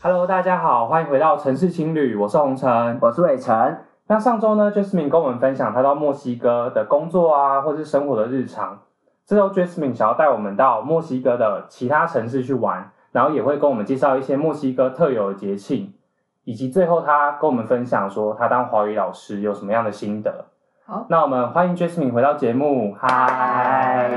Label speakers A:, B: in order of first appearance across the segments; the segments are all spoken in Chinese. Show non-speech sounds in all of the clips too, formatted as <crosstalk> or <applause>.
A: Hello，大家好，欢迎回到城市情侣，我是红尘。
B: 我是伟成。
A: 那上周呢，Jasmine 跟我们分享她到墨西哥的工作啊，或是生活的日常。这周 Jasmine 想要带我们到墨西哥的其他城市去玩，然后也会跟我们介绍一些墨西哥特有的节庆，以及最后她跟我们分享说她当华语老师有什么样的心得。
C: 好
A: 那我们欢迎 Jasmine 回到节目，嗨，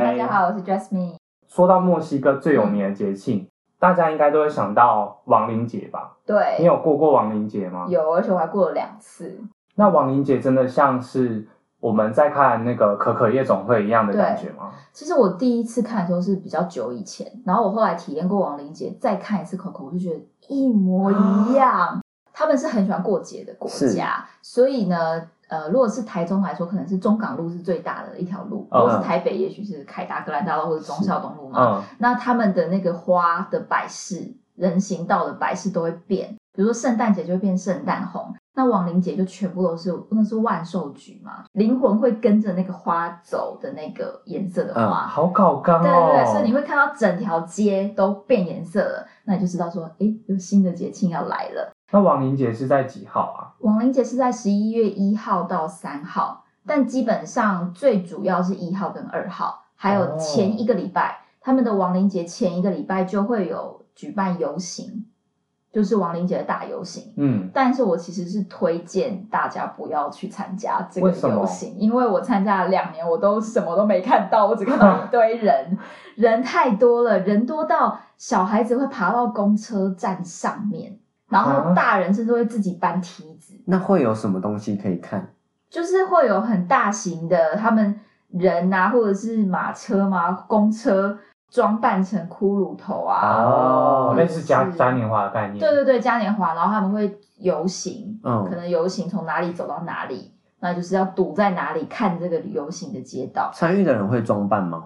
C: 大家好，我嗯是 Jasmine。
A: 说到墨西哥最有名的节庆，大家应该都会想到亡灵节吧？
C: 对，
A: 你有过过亡灵节吗？
C: 有而且我还过了两次。
A: 那亡灵节真的像是我们在看那个可可夜总会一样的感觉吗？
C: 其实我第一次看的时候是比较久以前，然后我后来体验过亡灵节，再看一次 Coco，我就觉得一模一
A: 啊
C: 样。他们是很喜欢过节的国家，所以呢，呃，如果是台中来说，可能是中港路是最大的一条路；
A: 嗯
C: 如果是台北，也许是凯达格兰大道或者忠孝东路嘛。
A: 嗯，
C: 那他们的那个花的摆饰、人行道的摆饰都会变，比如说圣诞节就会变圣诞红，那亡灵节就全部都是那是万寿菊嘛，灵魂会跟着那个花走的那个颜色的花。
A: 好搞刚哦。
C: 对对对，所以你会看到整条街都变颜色了，那你就知道说，诶，有新的节庆要来了。
A: 那亡灵节是在几号啊？
C: 亡灵节是在十一月一号到三号，但基本上最主要是一号跟二号，还
A: 哦
C: 有前一个礼拜，他们的亡灵节前一个礼拜就会有举办游行，就是亡灵节的大游行。
A: 嗯，
C: 但是我其实是推荐大家不要去参加这个
A: 为什么
C: 游行，因为我参加了两年，我都什么都没看到，我只看到
A: <laughs>
C: 一堆人，人太多了，人多到小孩子会爬到公车站上面，然
A: 啊
C: 后大人甚至会自己搬梯子。
B: 那会有什么东西可以看？
C: 就是会有很大型的，他们人啊，或者是马车嘛、公车装扮成骷髅头啊，
A: 哦，类似嘉
C: 是
A: 嘉年华的概念。
C: 对对对，嘉年华，然后他们会游行，
B: 嗯
C: 可能游行从哪里走到哪里，那就是要堵在哪里看这个游行的街道。
B: 参与的人会装扮吗？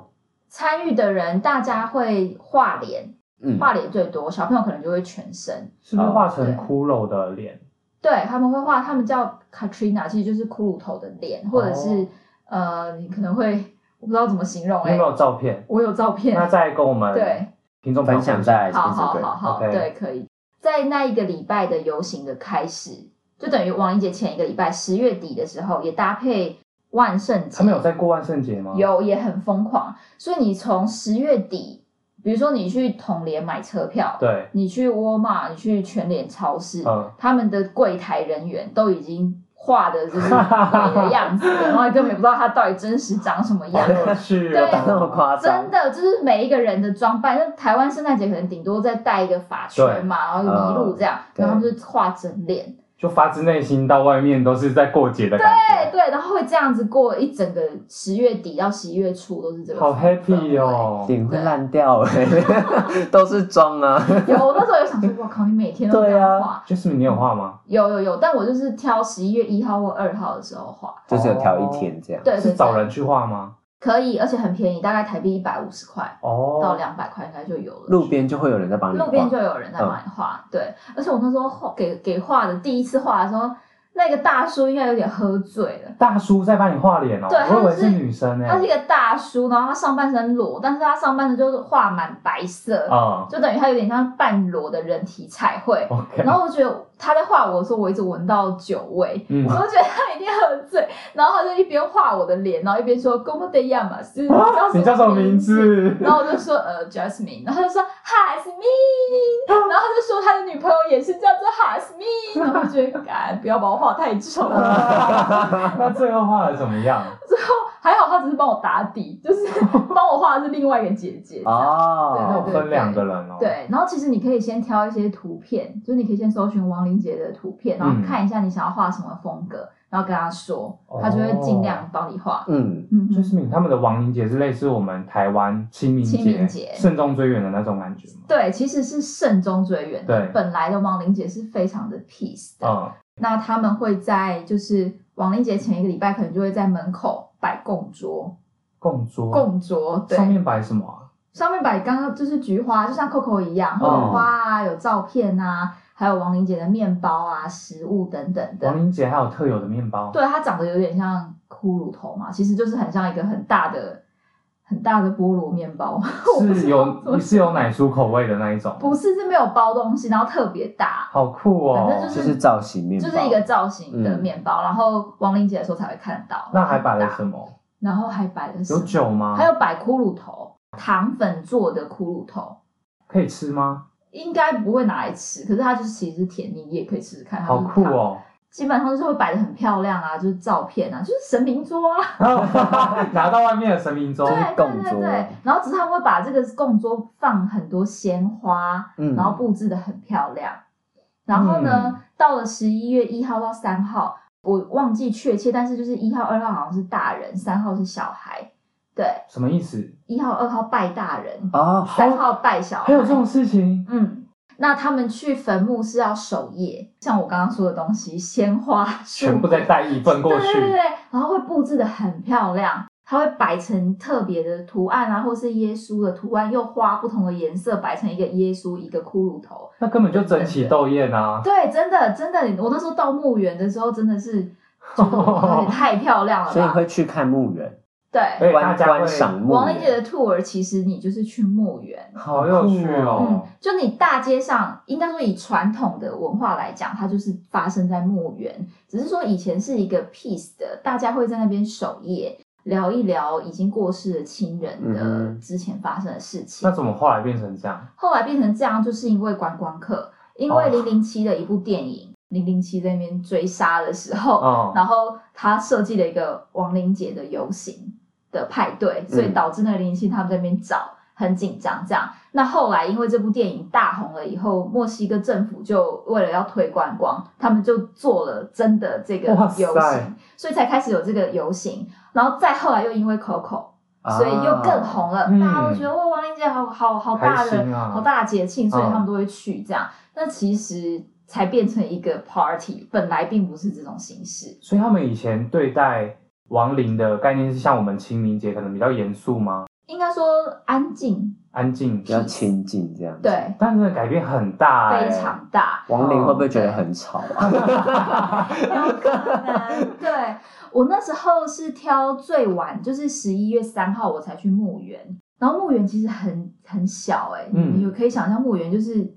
C: 参与的人，大家会画脸，
B: 嗯，
C: 画脸最多，小朋友可能就会全身。
A: 是不是画成
C: 哦对
A: 骷髅的脸？
C: 对，他们会画，他们叫 Katrina，其实就是骷髅头的脸，或者是、呃，你可能会我不知道怎么形容
A: 哦你
C: 哎、
A: 有没有照片？
C: 我有照片，
A: 那再跟我们
C: 对，
A: 听众朋友
B: 分享在
C: 好好好
B: Instagram。
C: 好
A: OK
C: 对，可以。在那一个礼拜的游行的开始，就等于亡灵节前一个礼拜，十月底的时候，也搭配万圣节，
A: 他们有在过万圣节吗？。
C: 有也很疯狂。所以你从十月底，比如说你去统联买车票，
A: 对，
C: 你去沃尔玛，你去全联超市，
A: 嗯，
C: 他们的柜台人员都已经画的就是鬼的样
A: <laughs>
C: 子了，然后根本也不知道他到底真实长什么 <laughs> 样
A: 嗯好。有趣
C: 对
A: 哦，
B: 那么夸
C: 真
B: 张？
C: 的就是每一个人的装扮，像台湾圣诞节可能顶多再戴一个发圈嘛，然后麋鹿
A: 嗯
C: 这样，
B: 对
C: 然后他们就是画整脸，
A: 就发自内心到外面都是在过节的感
C: 对对，然后会这样子过一整个十月底到十一月初都是这
A: 觉，
C: 个，
A: 好 happy。哦。
B: 脸会烂掉哎、
C: <laughs>
B: <laughs> 都是妆啊。
C: 有，我那时候有想说，我靠，你每天都这样画，
A: 就是你有画吗？
C: 有有有，但我就是挑十一月一号或二号的时候画，
B: 就是有调一天这样。
C: 对对
A: 是找
C: 对，
A: 人去画吗？
C: 可以，而且很便宜，大概台币一百五十块到
A: 哦，
C: 两百块应该就有了。
B: 路边就会有人在帮你
A: 嗯
B: 画。
C: 路边就有人在帮你画，对。而且我那时候画给给画的第一次画的时候，那个大叔应该有点喝醉了。
A: 大叔在帮你画脸哦，
C: 对他
A: 我以为
C: 就是
A: 是女生呢。欸
C: 他是一个大叔，然后他上半身裸，但是他上半身就是画满白色，
A: 嗯
C: 就等于他有点像半裸的人体彩绘。
A: ，OK，
C: 然后我觉得他在画我的时候，我一直闻到酒味，
A: 嗯
C: 我，就觉得他一定喝醉。然后他就一边画我的脸，然后一边说 “Como te llamas？” 就是
A: 啊你叫什么名？字？
C: 然后我就说呃，Jasmine，然后他就说 Hasmin，然后他就说他的女朋友也是叫做 Hasmin，然后我就觉得，哎干，不要把我画太丑了。
A: <laughs> 那最后画的怎么
C: <laughs>
A: 样？
C: 最后还好他只是帮我打底，就是帮我画的是另外一个姐姐。
A: 啊那
B: 哦
A: 我，分两个人哦。，
C: 对，然后其实你可以先挑一些图片，就是你可以先搜寻王林杰的图片，然后
A: 嗯
C: 看一下你想要画什么风格，然后跟他说，他就会尽量帮你画。
B: 嗯，
C: 嗯
A: 哦就
C: 嗯，
A: 是他们的亡灵节是类似我们台湾清明
C: 清明
A: 节、
C: 节
A: 慎终追远的那种感觉吗？
C: 对，其实是慎终追远的
A: 对。
C: 本来的王林杰是非常的 peace 的，
A: 嗯，
C: 那他们会在就是亡灵节前一个礼拜，可能就会在门口摆供桌，
A: 供桌，
C: 供桌对，
A: 上面摆什么啊？
C: 上面摆刚刚就是菊花，就像 Coco 一样，会
A: 哦
C: 有花啊，有照片啊，还有亡灵节的面包啊、食物等等
A: 亡
C: 的。
A: 灵节还有特有的面包。
C: 对，它长得有点像骷髅头嘛，其实就是很像一个很大的、很大的菠萝面包， <laughs> 我不知
A: 是
C: 道怎么
A: 有是有奶酥口味的那一种，
C: 不是是没有包东西，然后特别大，
A: 好酷哦！
C: 反正
B: 就是造型面包，
C: 就是一个造型的
B: 嗯
C: 面包。然后亡灵节的时候才会看到。
A: 那还摆了
C: 么？
A: 什么？
C: 然后还摆了什
A: 有
C: 么？
A: 酒啊吗？
C: 还有摆骷髅头，糖粉做的骷髅头，
A: 可以吃吗？
C: 应该不会拿来吃，可是它就是其实是甜腻，你也可以试试看。它
A: 好
C: 就是
A: 酷
C: 糖！
A: 哦！
C: 基本上就是会摆的很漂亮啊，就是照片啊，就是神明桌啊。
A: 哦 <laughs> 拿到外面的神明粥
C: 对
B: 就是
C: 对
B: 供
C: 对
B: 桌
C: 对，然后只是他们会把这个供桌放很多鲜花，
B: 嗯，
C: 然后布置的很漂亮。然后呢，
A: 嗯
C: 到了十一月一号到三号，我忘记确切，但是就是一号、二号好像是大人，三号是小孩。对，
A: 什么意思？
C: 一号、二号拜大人，
B: 哦，
C: 三号拜小孩。
A: 还有这种事情？
C: 嗯，那他们去坟墓是要守夜，像我刚刚说的东西，鲜花、
A: 全部
C: 树木
A: 再带一份过
C: 对对对
A: 去，
C: 对，然后会布置的很漂亮，它会摆成特别的图案啊，或是耶稣的图案，又花不同的颜色摆成一个耶稣，一个骷髅头。
A: 那根本就争奇斗艳啊！
C: 对，真的真的，我那时候到墓园的时候真的是，就是哇也太漂亮了
B: 所以
C: 吧？
B: 会去看墓园，
A: 所
C: 对，
A: 以大
B: 观
A: 家会
B: 观赏墓
C: 王林姐的
B: 园，
C: tour 其实你就是去墓园，
A: 好有趣
B: 酷
A: 哦
C: 嗯！，就你大街上，应该说以传统的文化来讲，它就是发生在墓园，只是说以前是一个 peace 的，大家会在那边守夜，聊一聊已经过世的亲人的
B: 嗯哼
C: 之前发生的事情。
A: 那怎么后来变成这样？
C: 后来变成这样，就是因为观光客，因为
A: 哦
C: 零零七的一部电影，零零七在那边追杀的时候，
A: 哦，
C: 然后他设计了一个亡灵节的游行的派对，所
A: 嗯
C: 以导致那个林星他们在那边找很紧张这样。那后来因为这部电影大红了以后，墨西哥政府就为了要推观光，他们就做了真的这个
A: 哇塞
C: 游行，所以才开始有这个游行。然后再后来又因为 Coco，
B: 啊
C: 所以又更红了，
A: 嗯
C: 大家都觉得哇，亡灵节好好好大
A: 开
C: 的、
A: 心啊
C: 好大的节庆，所以他们都会去这样。那其实才变成一个 party，本来并不是这种形式。
A: 所以他们以前对待亡灵的概念是像我们清明节可能比较严肃吗？
C: 应该说安静，
A: 安静
B: 比，较亲近这样子。，
C: 对，
A: 但真的改变很大、欸，
C: 非常大，
B: 亡灵会
C: 哦
B: 不会觉得很吵啊？
C: 有可能。对我那时候是挑最晚，就是十一月三号我才去墓园，然后墓园其实很很小、欸，哎、
A: 嗯
C: 你有可以想象墓园就是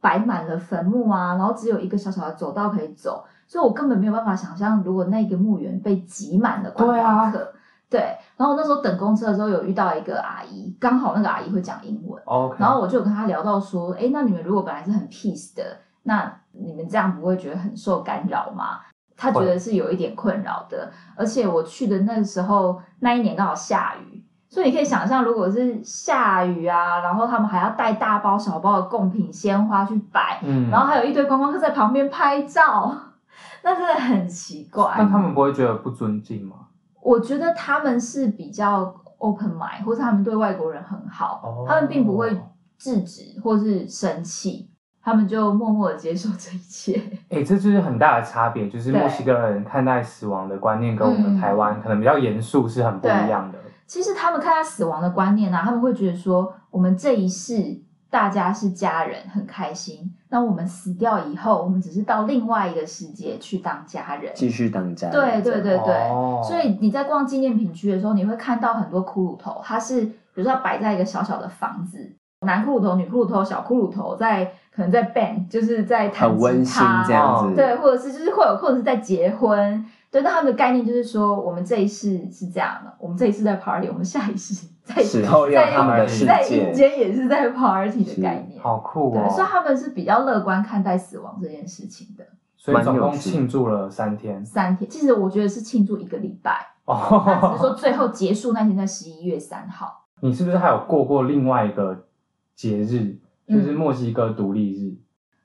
C: 摆满了坟墓啊，然后只有一个小小的走道可以走，所以我根本没有办法想象，如果那个墓园被挤满了观光客。对，然后我那时候等公车的时候有遇到一个阿姨，刚好那个阿姨会讲英文，
A: OK，
C: 然后我就有跟他聊到说，哎，那你们如果本来是很 peace 的，那你们这样不会觉得很受干扰吗？他觉得是有一点困扰的，而且我去的那个时候，那一年刚好下雨，所以你可以想象，如果是下雨啊，然后他们还要带大包小包的贡品、鲜花去摆，
A: 嗯，
C: 然后还有一堆观光客在旁边拍照， <laughs> 那真的很奇怪。
A: 那他们不会觉得不尊敬吗？
C: 我觉得他们是比较 open mind，或是他们对外国人很好，
A: 哦
C: 他们并不会制止或是生气，他们就默默的接受这一切。
A: 哎、这就是很大的差别，就是
C: 对
A: 墨西哥人看待死亡的观念跟我
C: 嗯
A: 们台湾可能比较严肃是很不一样的。
C: 其实他们看待死亡的观念啊，他们会觉得说，我们这一世大家是家人，很开心。那我们死掉以后，我们只是到另外一个世界去当家人。
B: 继续当家
C: 对
B: 人这
C: 对
B: 样，
C: 对对，
A: 哦
C: 所以你在逛纪念品区的时候，你会看到很多骷髅头，它是比如说它摆在一个小小的房子，男骷髅头、女骷髅头、小骷髅头在可能在 band，就是在弹
B: 很温
C: 吉
B: 馨
C: 他，
B: 这样子。
C: 哦对，或者是就是会有，或者是在结婚，对，那他们的概念就是说，我们这一世是这样的，我们这一世在 party，我们下一世在
B: 死后又有他们的世
C: 在阴
B: 界，
C: 间也是在 party 的概念，
A: 好酷哦
C: 对，！所以他们是比较乐观看待死亡这件事情的。
A: 所以总
B: 蛮有
A: 共
B: 趣
A: 庆祝了三
C: <laughs>
A: 天
C: 三天，其实我觉得是庆祝一个礼拜。他只是
A: <laughs>
C: 说
A: 哦。
C: 最后结束那天在十一月三号。
A: 你是不是还有过过另外一个节日，就是
C: 嗯
A: 墨西哥独立日？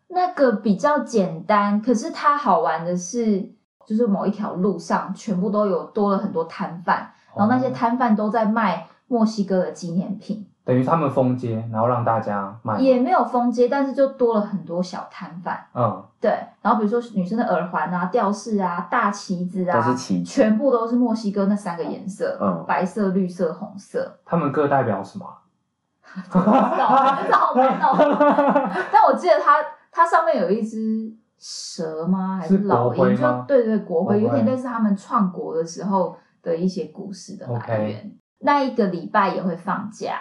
C: 那个比较简单，可是它好玩的是，就是某一条路上全部都有多了很多摊贩，然后那些
A: 哦
C: 摊贩都在卖墨西哥的纪念品，
A: 等于他们封街，然后让大家买，
C: 也没有封街，但是就多了很多小摊贩。
A: 嗯，
C: 对，然后比如说女生的耳环啊、吊饰啊、大旗子
B: 都是
C: 啊，
B: 奇趣。
C: 全部都是墨西哥那三个颜色， <laughs>
B: 嗯
C: 白色、绿色、红色。 <laughs>
A: 他们各代表什么？啊
C: 不知道，真的好难哦。但我记得它它上面有一只蛇吗？还
A: 是
C: 老
A: 国
C: 鹰？
A: 徽
C: 就
A: 吗
C: 对对，国
A: 国
C: 徽
A: 徽
C: 有点类似他们创国的时候的一些故事的来源。那一个礼拜也会放假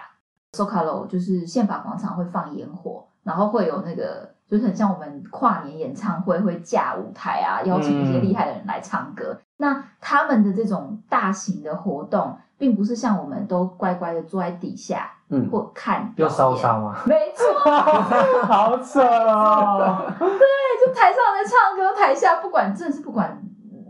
C: s o c a l o 就是宪法广场会放烟火，然后会有那个就是很像我们跨年演唱会会架舞台啊，邀请一些厉害的人来唱歌。那他们的这种大型的活动，并不是像我们都乖乖的坐在底下
B: 嗯，
C: 或看
A: <laughs>
C: 表
A: 又烧
C: 演
A: 伤
C: <laughs>
A: 吗？
C: 没错，
A: 好扯哦！
C: 就台上在唱歌，台下不管真的是不管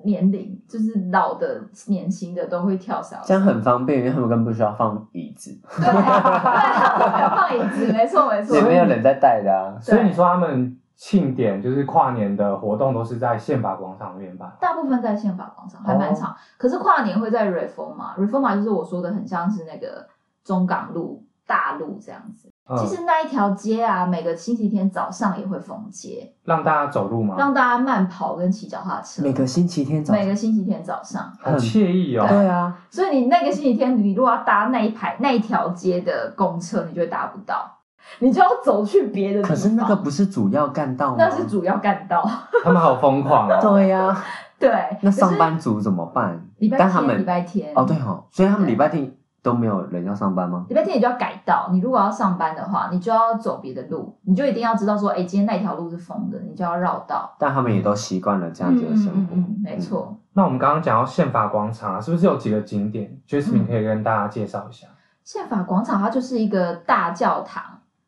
C: 年龄，就是老的、年轻的都会跳绳。
B: <laughs> 这样很方便，因为他们根本不需要放椅子，
C: 对，啊对，他们没有放椅子，没错没错
B: 也。没有人在带的啊。
A: 所以你说他们庆典就是跨年的活动都是在宪法广场那边办？
C: 大部分在宪法广场还蛮
B: 哦
C: 长，可是跨年会在 Reforma，Reforma 就是我说的很像是那个中港路大路这样子。
A: 嗯
C: 其实那一条街啊，每个星期天早上也会封街，
A: 让大家走路吗？
C: 让大家慢跑跟骑脚踏车。
B: 每个星期天早
C: 每
B: 上，
C: 个星期天早上，
A: 好惬意哦！
B: 对啊，
C: 所以你那个星期天，你如果要搭那一排那一条街的公车，你就会搭不到，你就要走去别的地
B: 可
C: 方。
B: 是那个不是主要干道吗？
C: 那是主要干道，
A: 他们好疯狂哦！
B: 对呀，
C: <laughs> 对。
B: 那上班族怎么办？
C: 礼拜
B: 但他
C: 天，礼
B: 们
C: 拜天
B: 哦，对哦，所以他们
C: 对
B: 礼拜天都没有人要上班吗？
C: 礼拜天你就要改道。你如果要上班的话，你就要走别的路，你就一定要知道说，哎、今天那条路是封的，你就要绕道。
B: 但他们也都习惯了这样子的
C: 嗯
B: 生
C: 嗯
B: 活
C: 嗯，。没错。
A: 那我们刚刚讲到宪法广场啊，是不是有几个景点？Jasmine
C: 嗯
A: 可以跟大家介绍一下。
C: 宪法广场它就是一个大教堂，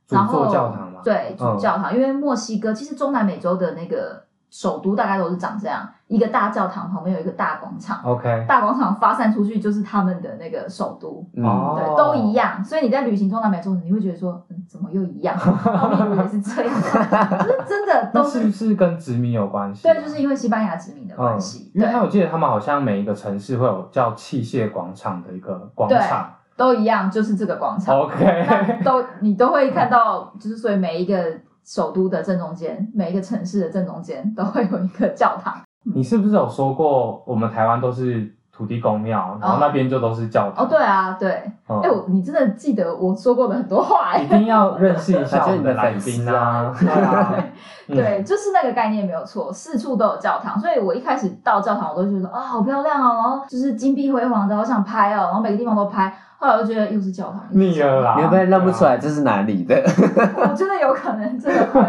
A: 主
C: 然后
A: 座教堂吗？
C: 对，主
A: 嗯
C: 教堂，因为墨西哥其实中南美洲的那个首都大概都是长这样，一个大教堂旁边有一个大广场。
A: ，OK，
C: 大广场发散出去就是他们的那个首都，
B: 嗯
A: 哦
C: 对，都一样。所以你在旅行中南美洲，你会觉得说，嗯，怎么又一样？然后秘鲁也是这样，
A: <laughs>
C: 就是真的
A: 那
C: 都
A: 是不是跟殖民有关系啊？
C: 对，就是因为西班牙殖民的
A: 嗯
C: 关系，，
A: 因为他
C: 对，
A: 我记得他们好像每一个城市会有叫器械广场的一个广场。
C: 都一样，就是这个广场，
A: 哦 OK，
C: 那都你都会看到，就是所以每一个首都的正中间，每一个城市的正中间都会有一个教堂。
A: <laughs> 你是不是有说过我们台湾都是土地公庙，然后那边就都是教堂？
C: 嗯哦，对啊，对，哎、
A: 嗯，
C: 我你真的记得我说过的很多话哎、
A: 一定要认识一下我
B: 反
A: 们
B: 正你
A: 的
B: 的
A: 来
B: 粉
A: 宾
B: 丝
A: 啊
C: <laughs>
B: 啊，
A: 对啊， <laughs> 嗯
C: 对，就是那个概念没有错，四处都有教堂，所以我一开始到教堂，我都觉得啊、好漂亮哦，然后就是金碧辉煌的，好想拍哦，然后每个地方都拍，后来我就觉得又是教堂，又是
A: 腻了啦，
B: 你会不会认不出来这是哪里的？ <laughs>
C: <laughs> 我觉得有可能真的会。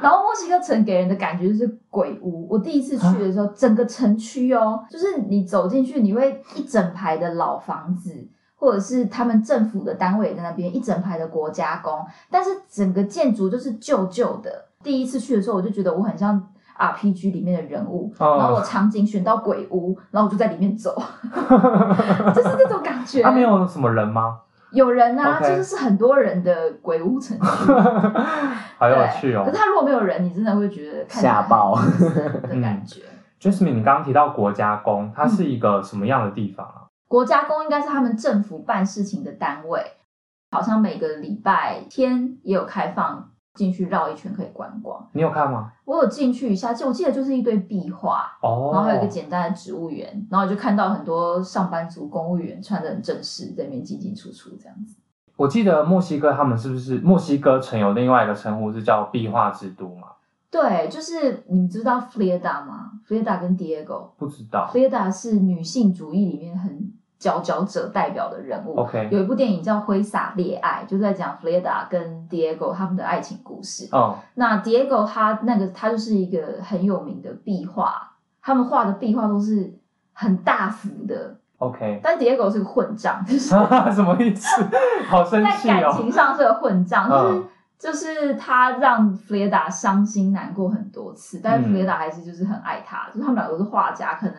C: 然后墨西哥城给人的感觉就是鬼屋。我第一次去的时候，整个城区哦，就是你走进去，你会一整排的老房子，或者是他们政府的单位也在那边，一整排的国家宫，但是整个建筑就是旧旧的。第一次去的时候，我就觉得我很像 RPG 里面的人物，
A: 哦
C: 然后我场景选到鬼屋，然后我就在里
A: <laughs>
C: 面走，就是这种感觉。
A: 啊？没有什么人吗？
C: 有人啊
A: OK
C: 就是是很多人的鬼屋城区。
A: 好有
C: 对，
A: 趣哦
C: 可是他如果没有人，你真的会觉得看起来
B: 吓爆
C: 很阴森的
A: <laughs>
C: 感觉。
A: ！Jasmine，你刚刚提到国家宫，它是一个什么样的地方啊？
C: 国家宫应该是他们政府办事情的单位，好像每个礼拜天也有开放进去绕一圈可以观光。
A: 你有看吗？
C: 我有进去一下，就我记得就是一堆壁画，
A: 哦，
C: 然后还有一个简单的植物园，然后就看到很多上班族公务员穿的很正式，在那边进进出出这样子。
A: 我记得哦墨西哥他们是不是墨西哥城有另外一个称呼是叫壁画之都嘛？
C: 对，就是你知道 Fleda 吗？Fleda 跟 Diego，
A: 不知道
C: f。r e d a 是女性主义里面很佼佼者代表的人物。
A: OK，
C: 有一部电影叫《挥洒恋爱》，就在讲 f r e d a 跟 Diego 他们的爱情故事。
A: 哦，
C: 那 Diego 他那个他就是一个很有名的壁画，他们画的壁画都是很大幅的，
A: OK， <laughs>
C: 但 Diego 是个混账，就是
A: 什么意思？好生
C: 在
A: 气
C: 感
A: 哦。
C: 情上是个混账，就是。
A: 嗯
C: 就是他让弗雷达伤心难过很多次，但
A: 嗯
C: 是弗雷达还是就是很爱他，就是他们两个都是画家，可能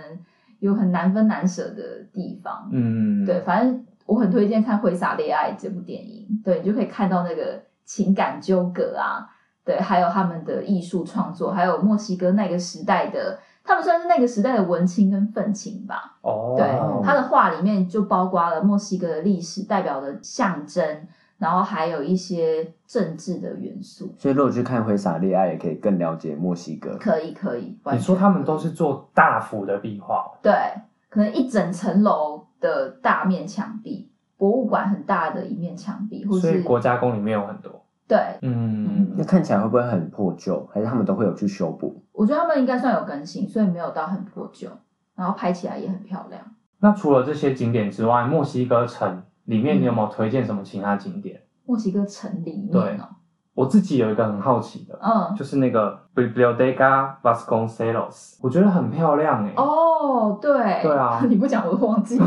C: 有很难分难舍的地方。
A: 嗯，
C: 对，反正我很推荐看《挥洒恋爱》这部电影，对你就可以看到那个情感纠葛啊，对，还有他们的艺术创作，还有墨西哥那个时代的，他们算是那个时代的文青跟愤青吧。
A: 哦，
C: 对，他的画里面就包括了墨西哥的历史代表的象征，然后还有一些政治的元素。
B: 所以如果去看《挥洒恋爱》，也可以更了解墨西哥。
C: 可以，可以。完
A: 你
C: 全
A: 说他们
C: 可以
A: 都是做大幅的壁画哦，
C: 对，可能一整层楼的大面墙壁，博物馆很大的一面墙壁，或
A: 所以
C: 是
A: 国家宫里面有很多。
C: 对，
A: 嗯
B: 那，看起来会不会很破旧？还是他们都会有去修补？ <laughs>
C: 我觉得他们应该算有更新，所以没有到很破旧，然后拍起来也很漂亮。
A: 那除了这些景点之外，墨西哥城里
C: 嗯
A: 面你有没有推荐什么其他景点？
C: 墨西哥城里
A: 对
C: 面哦，
A: 我自己有一个很好奇的，
C: 嗯，
A: 就是那个 Biblioteca Vasconcelos，我觉得很漂亮哎、
C: 哦，对，
A: 对啊
C: <laughs> 你不讲我都忘
A: <laughs>
C: 记了，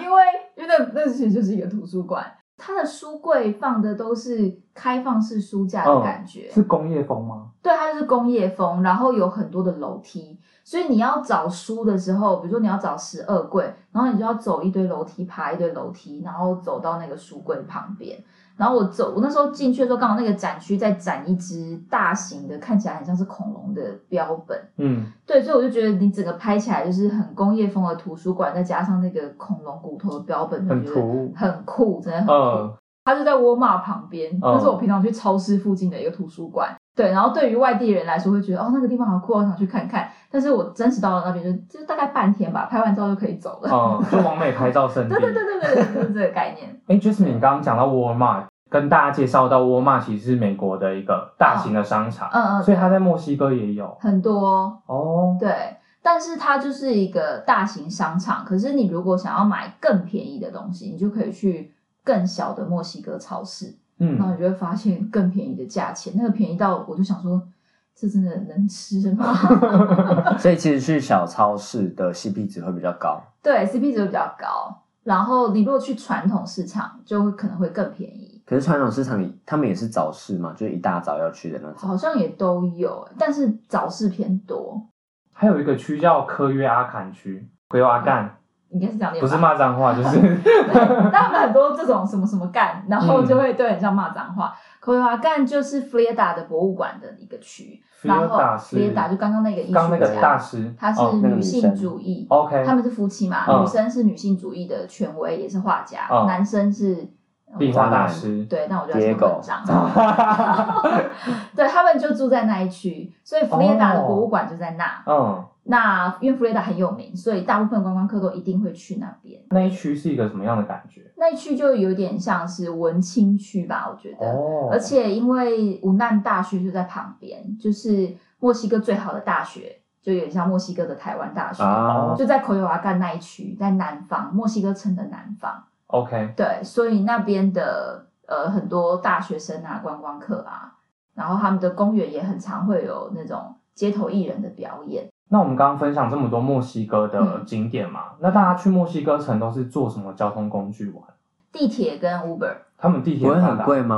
C: 因为因为那那其实就是一个图书馆，它的书柜放的都是开放式书架的
A: 嗯
C: 感觉，
A: 是工业风吗？
C: 对，它就是工业风，然后有很多的楼梯，所以你要找书的时候，比如说你要找十二柜，然后你就要走一堆楼梯，爬一堆楼梯，然后走到那个书柜旁边。然后我走，我那时候进去的时候，刚好那个展区在展一只大型的，看起来很像是恐龙的标本。
A: 嗯，
C: 对，所以我就觉得你整个拍起来就是很工业风的图书馆，再加上那个恐龙骨头的标本，
A: 很
C: 就
A: 突
C: 觉得
A: 兀。
C: 很酷，真的很酷。
A: 嗯，
C: 它就在沃尔玛旁边，那是我平常去超市附近的一个图书馆。对，然后对于外地人来说，会觉得哦那个地方好酷，好想去看看。但是我真实到了那边就就大概半天吧，拍完照就可以走了。
A: 嗯，就完美拍照圣地。
C: <laughs> 对对对对对对，就是这个概念。
A: 哎，Jasmine，你刚刚讲到沃尔玛，跟大家介绍到沃尔玛其实是美国的一个大型的商场，
C: 嗯嗯，
A: 所以它在墨西哥也有
C: 很多
A: 哦。
C: 对，但是它就是一个大型商场。可是你如果想要买更便宜的东西，你就可以去更小的墨西哥超市。然后
A: 嗯，
C: 你就会发现更便宜的价钱，那个便宜到我就想说，这真的能吃吗？
B: 所以其实去小超市的 CP 值会比较高。
C: 对，CP 值会比较高。然后你如果去传统市场，就会可能会更便宜，
B: 可是传统市场里，他们也是早市嘛，就是一大早要去的那种。
C: 好像也都有，但是早市偏多，
A: 还有一个区叫科约阿坎区，科约阿
C: 嗯
A: 干，
C: 应该是这样念
A: 不
C: 吧。
A: 是骂脏话，就是
C: <laughs> 对，他们很多这种什么什么干，然后就会对很像骂脏话。科维华干就是 f l e d a 的博物馆的一个区，然后
A: Frida
C: f l e
A: 是
C: d a 就刚刚那个艺术
A: 刚那个
C: 家
A: 大师，
C: 她是
A: 哦
B: 那个
C: 女
B: 女
C: 性
B: 生
C: 主义，
A: OK，
C: 他们是夫妻嘛，
A: 嗯
C: 女生是女性主义的权威，也是画家，
A: 嗯
C: 男生是呃
A: 壁画大师，
C: 对，但我觉得
B: 野
C: 是
B: 狗
C: 文章。 <laughs> 对他们就住在那一区，所以弗列达的博物馆就在那。
A: <laughs> 嗯，
C: 那因为弗列达很有名，所以大部分观光客都一定会去那边。
A: 那一区是一个什么样的感觉？
C: 那一区就有点像是文青区吧，我觉得。
A: 哦，
C: 而且因为武难大学就在旁边，就是墨西哥最好的大学，就有点像墨西哥的台湾大学，
B: 啊
C: 就在口尤瓦干那一区，在南方，墨西哥城的南方。
A: OK，
C: 对，所以那边的呃很多大学生啊、观光客啊，然后他们的公园也很常会有那种街头艺人的表演。
A: 那我们刚刚分享这么多墨西哥的
C: 嗯
A: 景点嘛，那大家去墨西哥城都是坐什么交通工具玩？
C: 地铁跟 Uber，Uber
A: 他们地铁
B: 不会
A: 发
B: 很
A: 达
B: 贵吗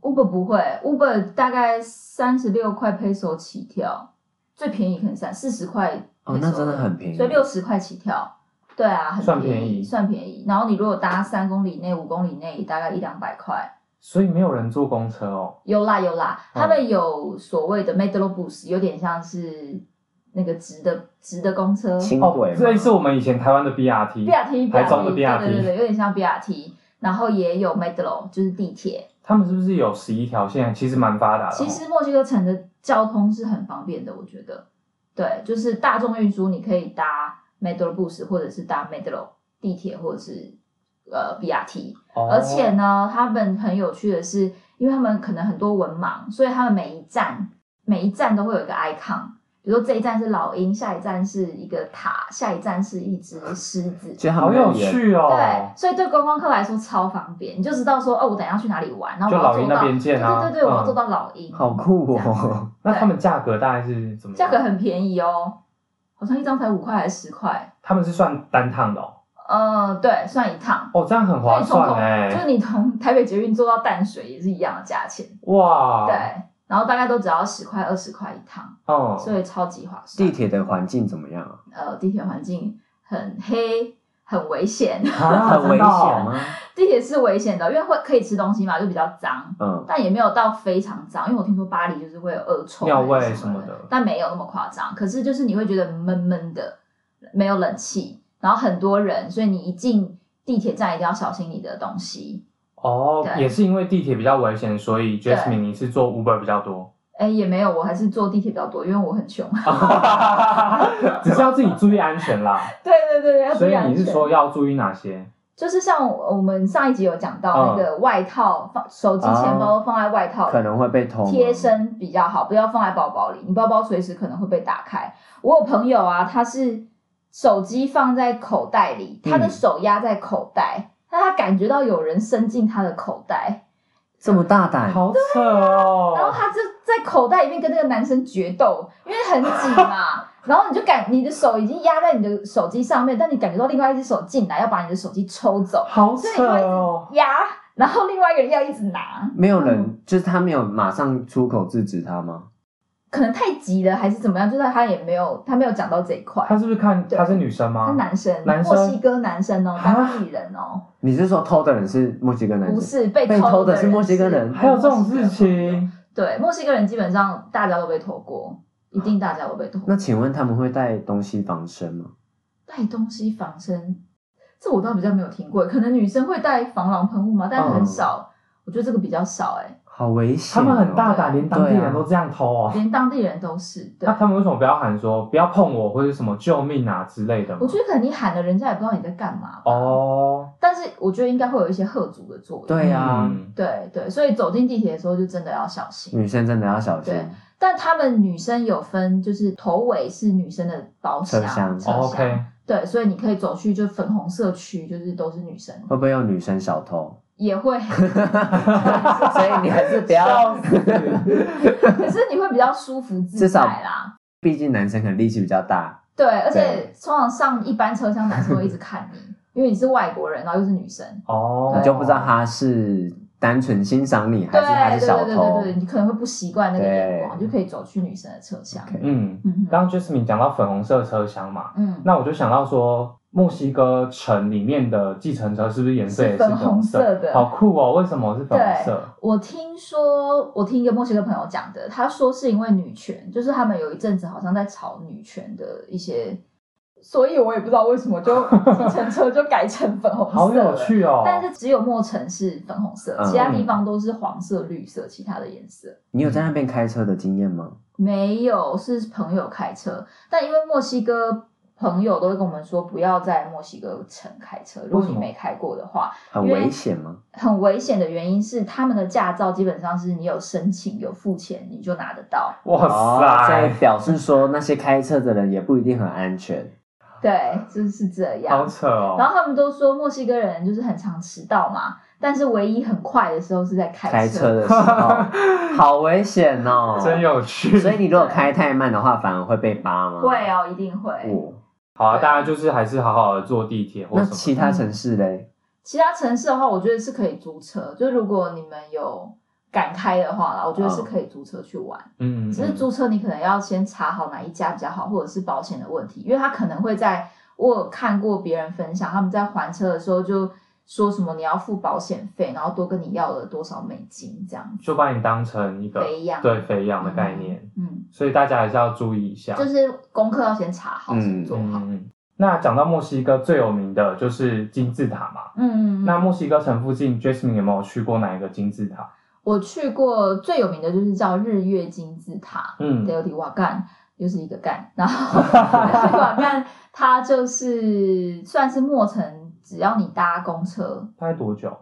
B: ？Uber
C: 不会，Uber 大概三十六块 peso 起跳，最便宜可能三四十块，
B: 哦，那真的很便宜。
C: 所以六十块起跳。对啊，很
A: 嗯算
C: 便
A: 便宜
C: 算便宜。然后你如果搭三公里内、五公里内，大概一两百块。
A: 所以没有人坐公车哦。
C: 有啦有啦，
A: 嗯
C: 他们有所谓的 metrobus，有点像是那个直的直的公车
B: 轻轨
A: 哦
B: 吗，
A: 这是我们以前台湾的 BRT，
C: ，BRT
A: 台中的
C: BRT，
A: BRT
C: 对对对，有点像 BRT，然后也有 metro，就是地铁。
A: 他们是不是有十一条线？其实蛮发达的哦、
C: 其实墨西哥城的交通是很方便的，我觉得，对，就是大众运输你可以搭 metrobus 或者是搭 metro 地铁或者是呃 BRT，
A: 哦，
C: 而且呢，他们很有趣的是，因为他们可能很多文盲，所以他们每一站每一站都会有一个 icon，比如说这一站是老鹰，下一站是一个塔，下一站是一只狮子。
B: 其实他
A: 好
B: 们
A: 有
B: 也
A: 趣哦。
C: 对，所以对观光客来说超方便，你就知道说哦，我等一下去哪里玩，然后
A: 就
C: 我要
A: 老鹰
C: 坐
A: 那
C: 到，
A: 边见啊
C: 对对对对，我要
A: 嗯
C: 坐到老鹰，
B: 好酷
C: 这
A: <laughs>
C: 样
B: 哦。
A: 那他们价格大概是怎么样？
C: 价格很便宜哦，好像一张才五块还是十块，
A: 他们是算单趟的哦。
C: 嗯，对，算一趟，
A: 哦，这样很
C: 所
A: 划
C: 以从
A: 算
C: 同
A: 哎、
C: 就是你从台北捷运坐到淡水也是一样的价钱，
A: 哇，
C: 对，，然后大概都只要十块二十块一趟，
A: 嗯，
C: 所以超级划算。
B: 地铁的环境怎么样啊？
C: 呃，地铁环境很黑，很危险。 <laughs>
A: 啊
B: 很危
A: 真的
B: 险
A: 哦
B: 吗？
C: 地铁是危险的，因为会可以吃东西嘛，就比较脏，
A: 哦
B: 嗯，
C: 但也没有到非常脏。因为我听说巴黎就是会有恶臭、啊
A: 尿味
C: 什
A: 什么的
C: 但没有那么夸张。可是就是你会觉得闷闷的，没有冷气，然后很多人，所以你一进地铁站一定要小心你的东西。
A: 哦，
C: 对
A: 也是因为地铁比较危险，所以 Jasmine
C: 对
A: 你是坐 Uber 比较
C: <laughs>
A: 多，
C: 哎，也没有，我还是坐地铁比较多，因为我很穷。 <laughs>
A: 只是要自己注意安全啦。
C: 对对对，要注
A: 所
C: 意
A: 以
C: 安
A: 你是
C: 全
A: 说要注意哪些？
C: 就是像我们上一集有讲到那个外套放、手机、钱包放在外套，
B: 嗯啊可能会被偷吗。
C: 贴身比较好，不要放在包包里，你包包随时可能会被打开。我有朋友啊，他是手机放在口袋里，他的
B: 嗯
C: 手压在口袋，但他感觉到有人伸进他的口袋，
B: 这么大胆，
A: 好扯
C: 啊然后
A: 哦！
C: 他就在口袋里面跟那个男生决斗，因为很紧嘛，
B: <laughs>
C: 然后你就感你的手已经压在你的手机上面，但你感觉到另外一只手进来要把你的手机抽走，
A: 好
C: 所以
A: 扯
C: 就会一
A: 哦！
C: 直压，然后另外一个人要一直拿，
B: 没有人，就是他没有马上出口制止他吗？
C: 可能太急了还是怎么样，就是他也没有他没有讲到这一块。
A: 他是不是看
C: 对
A: 他是女生
C: 他
A: 吗？
C: 男生，
A: 男
C: 墨
A: 生
C: 西哥男生哦，
A: 啊
C: 当地人哦，
B: 你是说偷的人是墨西哥男
C: 不
B: 生？
C: 是被
B: 被
C: 偷
B: 偷
C: 的
B: 的是墨西哥人
A: 还有这种事？情？
C: 对，墨西哥人基本上大家都被偷过，一定大家都被偷过。
B: 那请问他们会带东西防身吗？
C: 带东西防身，这我倒比较没有听过，可能女生会带防狼喷雾吗？但很少，
A: 嗯
C: 我觉得这个比较少，哎，
B: 好危险、
A: 他
B: 哦！
A: 们很大胆，连当地人都这样偷哦。
C: 连当地人都是。啊对
A: 那，他们为什么不要喊说不要碰我或者什么救命啊之类的吗？
C: 我觉得可能你喊了，人家也不知道你在干嘛。，
A: 哦，
C: 但是我觉得应该会有一些吓阻的作用。
B: 对啊
A: 嗯
C: 对对，所以走进地铁的时候就真的要小心。
B: 女生真的要小心
C: 对。但他们女生有分，就是头尾是女生的包厢，
B: 车厢
C: 车
A: 哦，OK，
C: 对，所以你可以走去就粉红色区，就是都是女生，
B: 会不会有女生小
C: <laughs>
B: 偷？
C: 也会，
B: <laughs> 所以你还是不要，
C: <laughs> 可是你会比较舒服自
B: 至
C: 在
B: 少
C: 啦。
B: <laughs> 毕竟男生可能力气比较大。
C: 对，而且
B: 对
C: 通常上一般车厢男生会一直看
B: <laughs>
C: 你，因为你是外国人，然后又是女生，
A: 哦，
B: 你就不知道他是单纯欣赏你，还
C: 对
B: 是他
C: 对对
B: 是小
C: 对
B: 偷
C: 对。对，你可能会不习惯那个眼光，
B: 对
C: 就可以走去女生的车厢。
B: OK
A: 嗯，
C: 嗯哼
A: 刚刚 Jasmine 讲到粉红色车厢嘛，
C: 嗯，
A: 那我就想到说，墨西哥城里面的计程车是不是颜色也是
C: 是粉红色
A: 色
C: 的
A: 好酷哦！为什么是粉红色？
C: 我听说，我听一个墨西哥朋友讲的，他说是因为女权，就是他们有一阵子好像在炒女权的一些，所以我也不知道为什
A: <laughs>
C: 么就计程车就改成粉红色，
A: 好有。趣哦！
C: 但是只有墨城是粉红色，
B: 嗯
C: 其他地方都是黄色、绿色，其他的颜色
B: 你有在那边开车的经验吗？
C: 没有。是朋友开车，但因为墨西哥朋友都会跟我们说，不要在墨西哥城开车，如果
A: 为
C: 你
A: 什么
C: 没开过的话，
B: 很危险
A: <laughs>
B: 吗？
C: 很危险的原因是，他们的驾照基本上是你有申请、有付钱，你就拿得到。
A: 哇
B: 哦所以
A: 塞，
B: 表示说那些开车的人也不一定很安全。
C: 对，就是这
A: 好
C: 样。
A: 扯哦！
C: 然后他们都说墨西哥人就是很常迟到嘛，但是唯一很快的时候是在开车。
B: 开车的时
A: <laughs>
B: 候，好危险哦！
A: 真。有趣。
B: 所以你如果开太慢的话，反而会被扒吗？
C: 会。哦，一定会。
B: 哦，
A: 好啊，
C: 对
A: 大家就是还是好好的坐地铁或
B: 那
A: 什么。
B: 其他城市嘞？
C: 其他城市的话，我觉得是可以租车，就如果你们有敢开的话啦，我觉得是可以租车去玩。
A: 嗯，
C: 只是租车你可能要先查好哪一家比较好，或者是保险的问题，因为他可能会在我有看过别人分享，他们在还车的时候就说什么你要付保险费，然后多跟你要了多少美金这样子，
A: 就把你当成一个
C: 肥羊
A: 对肥羊的概念，
C: 嗯，
A: 所以大家还是要注意一下。
C: 就是功课要先查好，先做好，
A: 嗯，那讲到墨西哥最有名的就是金字塔嘛。
C: 嗯嗯
A: 那
C: 嗯。
A: 墨西哥城附近，Jasmine 有没有去过哪一个金字塔？
C: 我去过最有名的就是叫日月金字塔，
A: 嗯，
C: 德里瓦干又是一个干，然后 <laughs> 德里瓦干它就是算是墨城，只要你搭公车，
A: 大概多久？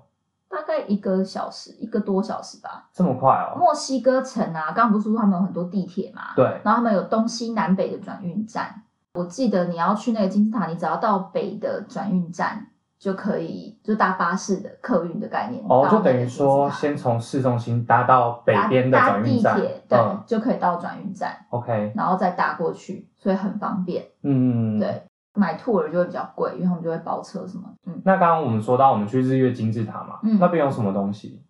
C: 大概一个小时，一个多小时吧。
A: 这么快哦？
C: 墨西哥城啊，刚刚不是说他们有很多地铁嘛，
A: 对，
C: 然后他们有东西南北的转运站。我记得你要去那个金字塔，你只要到北的转运站就可以，就搭巴士的客运的概念。
A: 哦，
C: 到
A: 就
C: 那
A: 等
C: 个
A: 于
C: 金字塔
A: 说先从市中心搭到北边的
C: 搭
A: 转运站
C: 搭地铁，对、
A: 嗯
C: 就可以到转运站，
A: ，OK，
C: 然后再搭过去，所以很方便。
A: 嗯，
C: 对。买 tour 就会比较贵，因为他们就会包车什么。嗯，
A: 那刚刚我们说到我们去日月金字塔嘛，
C: 嗯
A: 那边有什么东西？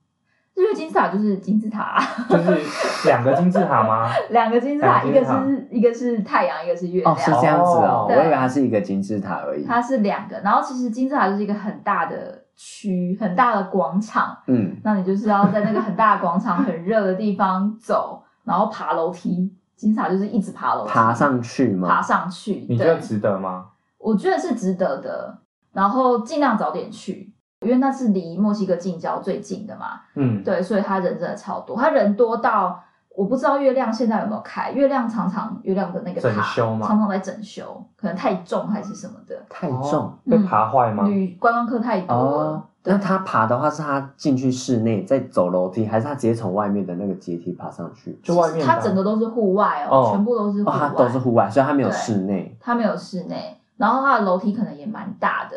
C: 日月金字塔就是金字塔啊、
A: 就是两个金字塔
C: <laughs>
A: 吗？
C: 两个金字塔，
A: 两
C: 一
A: 个
C: 个
A: 金字塔
C: 是一个是太阳，一个是月亮。
B: 哦，是这样子
A: 哦
B: 哦，我
C: 对
B: 以为它是一个金字塔而已。
C: 它是两个，然后其实金字塔就是一个很大的区，很大的广场，
B: 嗯，
C: 那你就是要在那个很大的广场很热的地方走，然后爬楼梯。金字塔就是一直爬楼梯，
B: 爬上去吗？
C: 爬上去。
A: 你觉得
C: 对，
A: 值得吗？
C: 我觉得是值得的，然后尽量早点去。因为那是离墨西哥近郊最近的嘛，
A: 嗯，
C: 对，所以他人真的超多，他人多到我不知道月亮现在有没有开，月亮常常月亮的那个塔
A: 整修嘛
C: 常常在整修，可能太重还是什么的，
B: 太重
A: 哦。被爬坏吗？
C: 旅观光客太多了。
B: 哦，那他爬的话是他进去室内再走楼梯，还是他直接从外面的那个阶梯爬上去？
A: 就外
C: 其
A: 面
C: 实
A: 的
C: 它整个都是户外哦，
A: 哦
C: 全部都是户
B: 哦，
C: 外，
B: 他都是户外，所以他没有
C: 对
B: 室内。
C: 它没有室内。然后它的楼梯可能也蛮大的。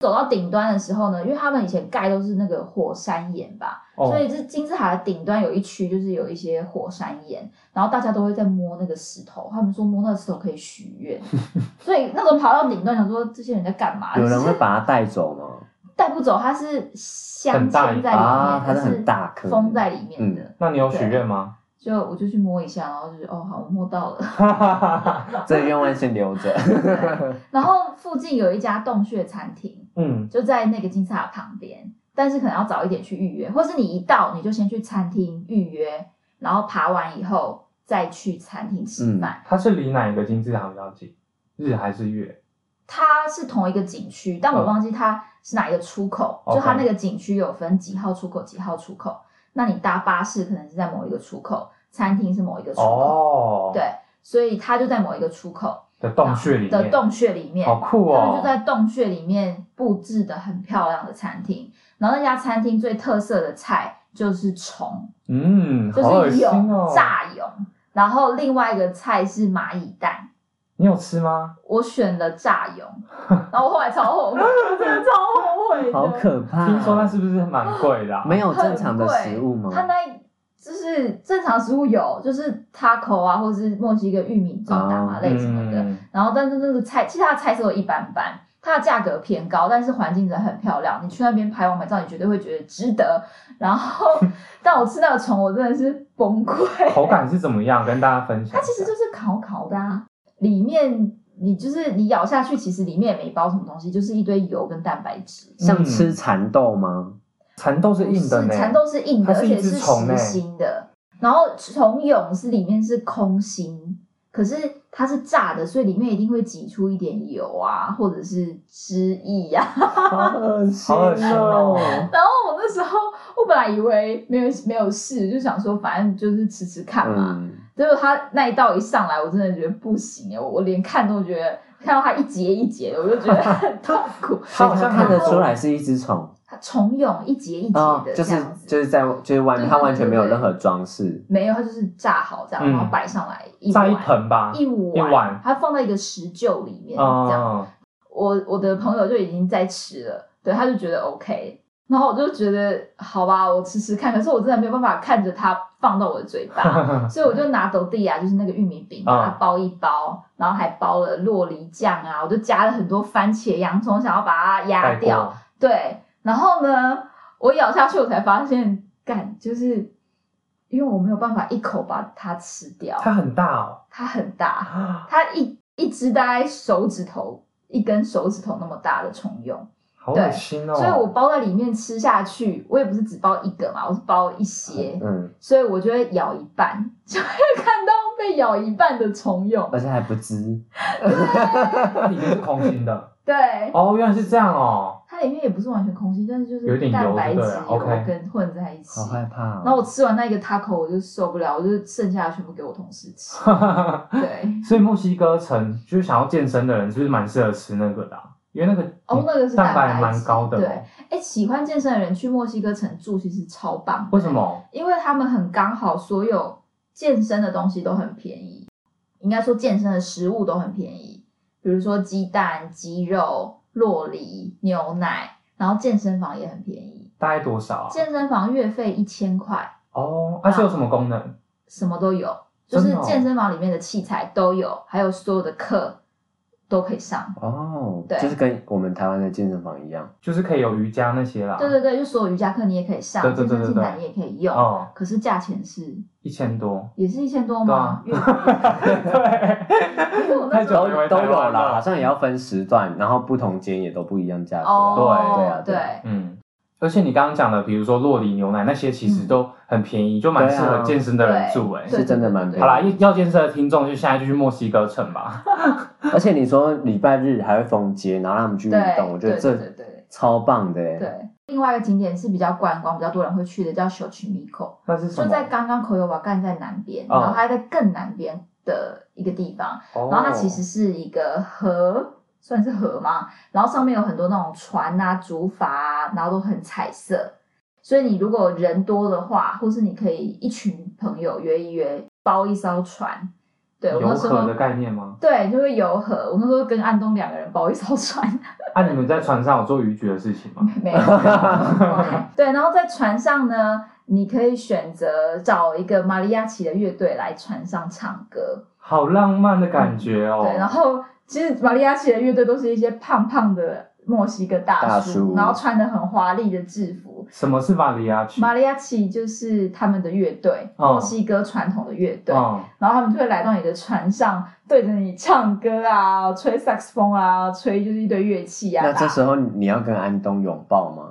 C: 走到顶端的时候呢，因为他们以前盖都是那个火山岩吧，
A: 哦
C: 所以这金字塔的顶端有一区就是有一些火山岩，然后大家都会在摸那个石头，他们说摸那个石头可以许愿，所以那种爬到顶端想说这些人在干嘛？
B: 有人会把它带走吗？
C: 带不走，它是镶嵌在里面，
B: 啊它是
C: 是
B: 很大颗嗯
C: 封在里面的。
A: 那你有许愿吗？
C: 就我就去摸一下，然后就是哦好，我摸到了。 <laughs>
A: 哈哈哈哈
B: 这个愿望先留着。
C: 然后附近有一家洞穴餐厅，
A: 嗯，
C: 就在那个金字塔旁边，但是可能要早一点去预约，或是你一到你就先去餐厅预约，然后爬完以后再去餐厅
B: 嗯
C: 吃饭。
A: 它是离哪一个金字塔比较近？日还是月？
C: 它是同一个景区，但我
A: 嗯
C: 忘记它是哪一个出口，
A: OK
C: 就它那个景区有分几号出口、几号出口。那你搭巴士可能是在某一个出口，餐厅是某一个出口，
A: 哦，，
C: 对，所以它就在某一个出口
A: 的洞穴里面，
C: 的洞穴里面，
A: 好酷
C: 他们
A: 哦
C: 就，在洞穴里面布置的很漂亮的餐厅，然后那家餐厅最特色的菜就是虫，
A: 嗯，
C: 就
A: 好恶
C: 是
A: 心
C: 蛹、
A: 哦，
C: 炸蛹，然后另外一个菜是蚂蚁蛋。
A: 你有吃吗？
C: 我选了炸
A: <laughs>
C: 蛹，然后我后来超后悔，真的超后悔的。
B: 好可怕、
A: 听说那是不是蛮贵的啊？
B: 嗯没有正常的食物吗？
C: 他那一就是正常食物有，就是 taco 啊，或是墨西哥玉米粥、大
B: 啊
C: 麻类什么的。
A: 嗯
C: 然后但是那个菜，其实它的菜色都一般般，它的价格偏高，但是环境真的很漂亮。你去那边拍完美照，你绝对会觉得值得。然后，但我吃那个虫，我真的是崩溃。
A: 口感是怎么样？跟大家分享一下。
C: 它其实就是烤烤的、啊，里面你就是你咬下去，其实里面也没包什么东西，就是一堆油跟蛋白质。
B: 像吃蚕豆吗？
A: 蚕豆是硬的
C: 不
A: 呢，
C: 是蚕豆是硬的，
A: 它
C: 而
A: 是一
C: 且
A: 只
C: 是
A: 虫欸
C: 实心的。然后虫蛹是里面是空心，可是它是炸的，所以里面一定会挤出一点油啊，或者是汁液呀、啊。 <laughs>
A: 嗯
B: 好恶心
A: 好恶心哦！
C: 然后我那时候我本来以为没有没有事，就想说反正就是吃吃看嘛。
B: 嗯，
C: 结果它那一道一上来，我真的觉得不行哎，我我连看都觉得看到它一节一节的，我就觉得很痛苦。
A: <laughs>
B: 所以
A: 好
B: 他
A: 像
B: 看得
A: 看过
B: 出来是一只虫
C: 它虫蛹一节一节
B: 哦
C: 嗯的，
B: 就
C: 这
B: 是
C: 样子，
B: 就是在就是外面，
C: 对
B: 它
C: 对
B: 完全没有
C: 对对
B: 任何装饰。
C: 没有，它就是炸好这样，
A: 嗯
C: 然后摆上来一
A: 炸一
C: 碗
A: 盆吧，
C: 一碗，
A: 一碗
C: 它放在一个石臼里面、这样。
A: 哦，
C: 我我的朋友就已经在吃了，对，他就觉得 OK，然后我就觉得好吧，我吃吃看，可是我真的没有办法看着它放到我的嘴
A: <laughs>
C: 巴。所以我就拿斗地啊，就是那个玉米饼，把它
A: 嗯
C: 包一包，然后还包了洛梨酱啊，我就加了很多番茄、洋葱，想要把它压
A: 带
C: 掉。
A: 哎过，
C: 对，然后呢，我咬下去，我才发现，干，就是因为我没有办法一口把它吃掉，
A: 它很大哦，
C: 它很大，它一一只大概手指头一根手指头那么大的虫蛹，
A: 好恶心哦。
C: 所以我包在里面吃下去，我也不是只包一个嘛，我是包一些，
B: 嗯，
C: 所以我就会咬一半， <laughs> 就会看到被咬一半的虫蛹
B: 而。且还不知
A: 它里面是空心的，
C: 对，
A: 哦，原来是这样哦，
C: 它里面也不是完全空心，但是就
A: 有一
C: 是
A: 点油就
C: 蛋白质
A: 对了
C: 油
A: ，OK
C: 跟混在一起。
B: 好害怕、哦。
C: 然后我吃完那一个 taco，我就受不了，我就剩下的全部给我同事吃。
A: <laughs>
C: 对，
A: 所以墨西哥城就是想要健身的人，是不是蛮适合吃那个的啊？因为那个
C: 哦，那个是
A: 蛋白
C: 白
A: 蛮
C: 质
A: 高的
C: 对
A: 哦，，
C: 哎，喜欢健身的人去墨西哥城住其实超棒。
A: 为什？么？
C: 因为他们很刚好，所有健身的东西都很便宜，应该说健身的食物都很便宜，比如说鸡蛋、鸡肉、洛梨、牛奶，然后健身房也很便宜，
A: 大概多少啊？
C: 健啊身房月费一千块，
A: 哦，它是有什么功能？
C: 什么都有，就是
A: 真的哦
C: 健身房里面的器材都有，还有所有的课都可以上。
B: 哦，
C: 对
B: 就是跟我们台湾的健身房一样，
A: 就是可以有瑜伽那些啦。
C: 对对对，就所有瑜伽课你也可以上，
A: 啊对对对对
C: 健身器材
A: 对
C: 你也可以用，
A: 哦，
C: 可是价钱是
A: 一千多。
C: 也是一千多吗？月
A: 啊对，
C: 因为我那
A: 太
C: 时候
A: 久以为
B: 都
A: 台
B: 有
A: 湾
B: 啦，好
A: 了。
B: 像也要分时段，然后不同间也都不一样价格。
C: 哦，
B: 对啊，
C: 对
B: 啊，
A: <laughs> 嗯，而且你刚刚讲的，比如说洛梨牛奶那些，其实都很便宜，就蛮适合健身的人住哎、
C: 对
B: 是真的蛮
C: 对对对
A: 好啦，要健身的听众就现在就去墨西哥城
C: <laughs>
A: 吧。
B: <laughs> 而且你说礼拜日还会封街，然后让他们去运
C: 对
B: 动，我觉得
C: 对对
B: 这
C: 对对
B: 超棒的
C: 对
B: 欸。
C: 对。另外一个景点是比较观光、比较多人会去的，叫 s h o c h i m i k o
A: 那是什
C: 就
A: 么？
C: 在刚刚口有瓦干在南边，
A: 哦
C: 然后它在更南边的一个地方，
A: 哦
C: 然后它其实是一个河。算是河吗？然后上面有很多那种船啊、竹筏啊，然后都很彩色。所以你如果人多的话，或是你可以一群朋友约一约，包一艘船，对我
A: 游
C: 那时候
A: 河的概念吗？
C: 对，就会游河。我那时候跟安东两个人包一艘船，
A: <laughs> 啊，你们在船上有做渔具的事情吗？
C: 没有。对对，然后在船上呢，你可以选择找一个马里亚奇的乐队来船上唱歌。
A: 好浪漫的感觉哦。
C: 对，然后其实马里亚奇的乐队都是一些胖胖的墨西哥大叔，
B: 大叔
C: 然后穿的很华丽的制服。
A: 什么是玛利亚曲？
C: 马里亚奇就是他们的乐队，
A: 哦
C: 墨西哥传统的乐队。
A: 嗯，
C: 然后他们就会来到你的船上，对着你唱歌啊，吹萨克斯风啊，吹就是一堆乐器啊。
B: 那这
C: 打
B: 时候你要跟安东拥抱吗？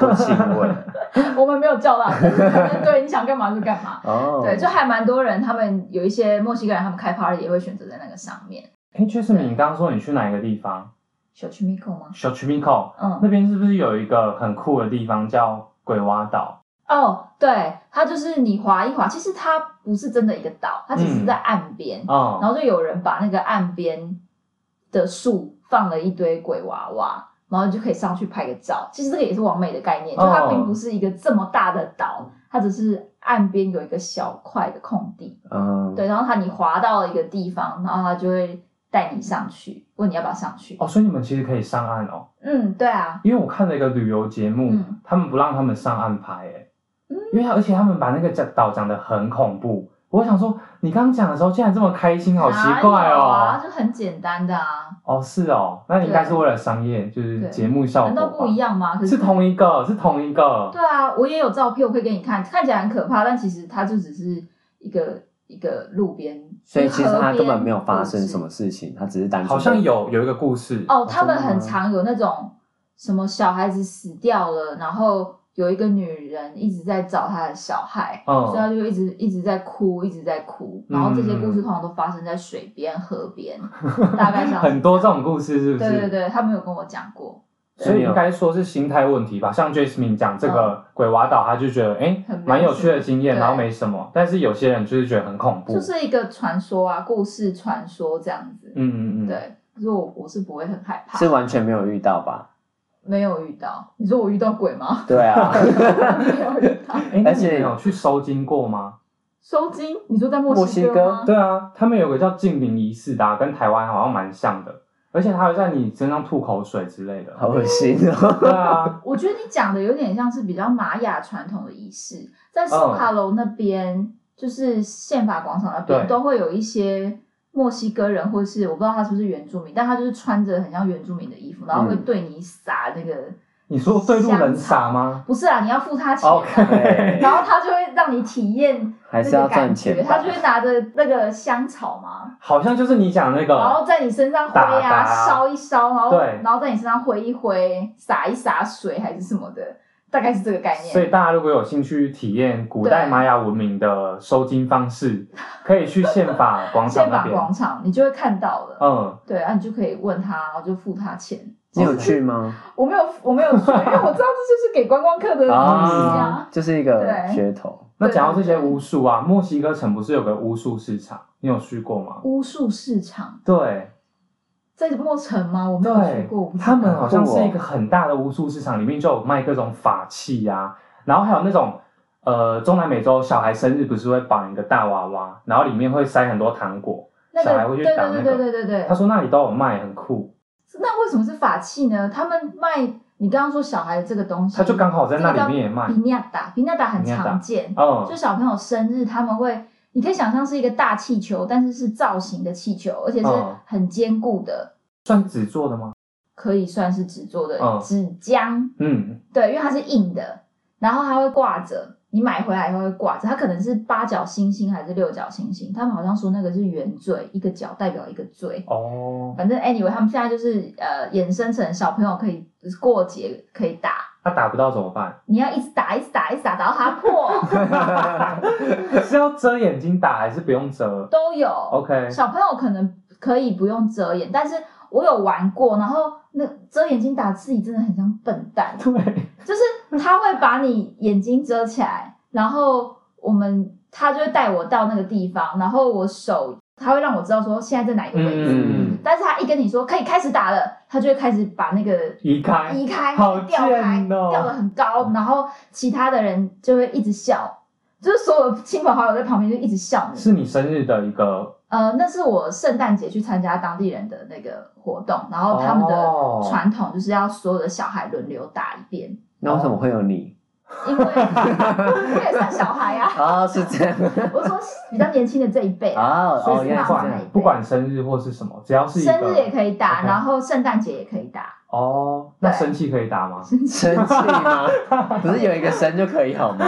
B: 或亲吻？
C: <laughs> 我们没有叫啦，但是反正对，你想干嘛就干嘛。
B: 哦，
C: <laughs> 对，就还蛮多人，他们有一些墨西哥人，他们开 party 也会选择在那个上面。
A: 哎，确实，你刚刚说你去哪一个地方
C: 小区 Miko 吗？
A: 小 h i m i k o
C: 嗯，
A: 那边是不是有一个很酷的地方叫鬼蛙岛？
C: 哦，对，它就是你划一划，其实它不是真的一个岛，它只是在岸边，
A: 嗯，
C: 然后就有人把那个岸边的树放了一堆鬼娃娃，然后你就可以上去拍个照。其实这个也是完美的概念，就它
A: 哦
C: 并不是一个这么大的岛，它只是岸边有一个小块的空地。
B: 嗯，
C: 对，然后他你滑到一个地方，然后他就会带你上去，问你要不要上去。
A: 哦，所以你们其实可以上岸哦，
C: 嗯，对啊，
A: 因为我看了一个旅游节目，
C: 嗯
A: 他们不让他们上岸拍，哎、
C: 嗯
A: 因为他而且他们把那个岛讲的很恐怖。我想说，你刚刚讲的时候竟然这么开心，好奇怪
C: 哪有
A: 哦。
C: 啊，就很简单的啊，
A: 哦，是哦，那应该是为了商业，就是
C: 对
A: 节目效果
C: 难
A: 吧。
C: 道不一样吗？可
A: 是同一个，是同一个。
C: 对啊，我也有照片，我可以给你看，看起来很可怕，但其实它就只是一个一个路边，
B: 所以其实
C: 河
B: 他根本
C: 边
B: 没有发
C: 故
B: 生
C: 事
B: 什么事情，他只是单纯
A: 好像有有一个故事
C: 啊哦，他们
B: 真的
C: 很
B: 吗
C: 常有那种什么小孩子死掉了，然后有一个女人一直在找她的小孩，
B: 哦
A: 嗯
C: 所以她就一直一直在哭，一直在哭。
B: 嗯
C: 然后这些故事通常都发生在水边、河边， <laughs> 大概像是
A: 很多这种故事，是不
C: 对
A: 是？
C: 对对，他们有跟我讲过，
A: 所以应该说是心态问题吧。像 Jasmine 讲这个鬼娃岛，他就觉得哎
C: 嗯很没，
A: 蛮有趣的经验，
C: 趣
A: 然后没什么。但是有些人就是觉得很恐
B: 嗯
A: 怖。
C: 就是一个传说啊，故事传说这样子。
A: 嗯嗯嗯，。
C: 对，可是我我是不会很害怕
B: <laughs> 是，完全没有遇到吧？
C: 没有遇到。你说我遇到鬼
B: <laughs>
C: 吗？
B: 对啊，
C: 没有遇到。
A: 哎，那
B: 而
A: 你
B: 且
A: 们有去收金过吗？
C: 收金？你说在墨
B: 墨
C: 西
B: 西哥
C: 吗？
A: 对啊，他们有个叫禁灵仪式的啊，跟台湾好像蛮像的，而且他会在你身上吐口水之类的。
B: 好恶心哦。
A: 对啊，
C: 我觉得你讲的有点像是比较玛雅传统的仪式，在苏卡楼那边，就是宪法广场那边，
A: 对
C: 都会有一些墨西哥人，或是我不知道他是不是原住民，但他就是穿着很像原住民的衣服，然后会对你撒那个，
A: 你说对路人傻吗？
C: 不是啊，你要付他
B: 嗯
C: 钱啊、
A: OK
C: 然后他就会让你体验
B: 还
C: 那
B: 是要
C: 个感
B: 赚
C: 觉，
B: 钱
C: 他
B: 吧
C: 就。会拿着那个香草
A: <laughs>
C: 嘛，
A: 好像就是你讲那个，
C: 然后在你身上挥
A: 呃打打
C: 啊，
A: 啊
C: 烧一烧，然后
A: 对
C: 然后在你身上挥一挥，洒一洒水还是什么的，大概是这个概念。
A: 所以大家如果有兴趣体验古代
C: 对
A: 玛雅文明的收金方式，可以去宪法广场
C: <laughs> 宪
A: 那
C: 法
A: 边。
C: 广场，你就会看到了。
A: 嗯，
C: 对，啊，你就可以问他，然后就付他钱。
B: 你有去吗？
C: 我没有，我没有
A: <laughs>
C: 去，因为我知道这就是给观光客的东西啊。
B: 就是一个
C: 对
B: 噱头。
A: 那讲到这些巫术啊，墨西哥城不是有个巫术市场？你有去过吗？
C: 巫术市场
A: 对，
C: 在墨城吗？我没有去
A: 对
C: 过，我不，知道
A: 他们好像
B: 好酷哦
A: 是一个很大的巫术市场，里面就有卖各种法器啊，然后还有那种呃，中南美洲小孩生日不是会绑一个大娃娃，然后里面会塞很多糖果，
C: 那
A: 小孩
C: 个
A: 会
C: 对
A: 去
C: 对
A: 打那
C: 对
A: 个。
C: 对对对对
A: 他。说那里都有卖，很酷。
C: 那为什么是法器呢？他们卖你刚刚说小孩的这个东西，
A: 他就刚好在那里面也卖
C: 皮。尼亚达，皮尼亚达很
A: Piñata
C: 常见，
A: 嗯，
C: 就小朋友生日他们会。你可以想象是一个大气球，但是是造型的气球，而且是
A: 嗯
C: 很坚固的，
A: 算纸做的吗？
C: 可以算是纸做的
A: 嗯
C: 纸浆，
A: 嗯，
C: 对，因为它是硬的，然后它会挂着，你买回来以后会挂着，它可能是八角星星还是六角星星，他们好像说那个是圆锥，一个角代表一个锥。
A: 哦，
C: 反正 anyway，他们现在就是呃衍生成小朋友可以就是过节可以打，
A: 那打不到怎么
C: <laughs>
A: 办？
C: 你要一直打，一直打，一直打，打到它破
A: 是要遮眼睛打还是不用遮
C: 都有。
A: ？OK，
C: 小朋友可能可以不用遮掩，但是我有玩过，然后那遮眼睛打自己真的很像笨蛋，
A: 对，
C: 就是他会把你眼睛遮起来，然后我们他就会带我到那个地方，然后我手他会让我知道说现在在哪一个位置，
A: 嗯
B: 嗯，
C: 但是他一跟你说可以开始打了，他就会开始把那个
A: 移开，
C: 移开
A: 好
C: 掉开，
A: 贱哦
C: 掉的很高，然后其他的人就会一直笑。就是所有的亲朋好友在旁边就一直笑你。
A: 是你生日的一个
C: 呃，那是我圣诞节去参加当地人的那个活动，然后他们
A: 哦
C: 的传统就是要所有的小孩轮流打一遍，
B: 那为什么会有你？
C: 因为 <laughs> 我也算小孩呀、
B: 啊，是这样。
C: 我说比较年轻的这一辈啊，
B: 啊，
A: 所
B: <laughs> 哦，
A: 以
B: 原来
A: 不
B: <laughs> 是这样
C: 哪一
A: 管
C: 辈
A: 不管生日或是什么，只要是一个
C: 生日也可以打，
A: OK
C: 然后圣诞节也可以打。
A: 哦，那
C: 对
A: 生气可以打吗？
B: 生气 <laughs> 吗？不是有一个神就可以好吗？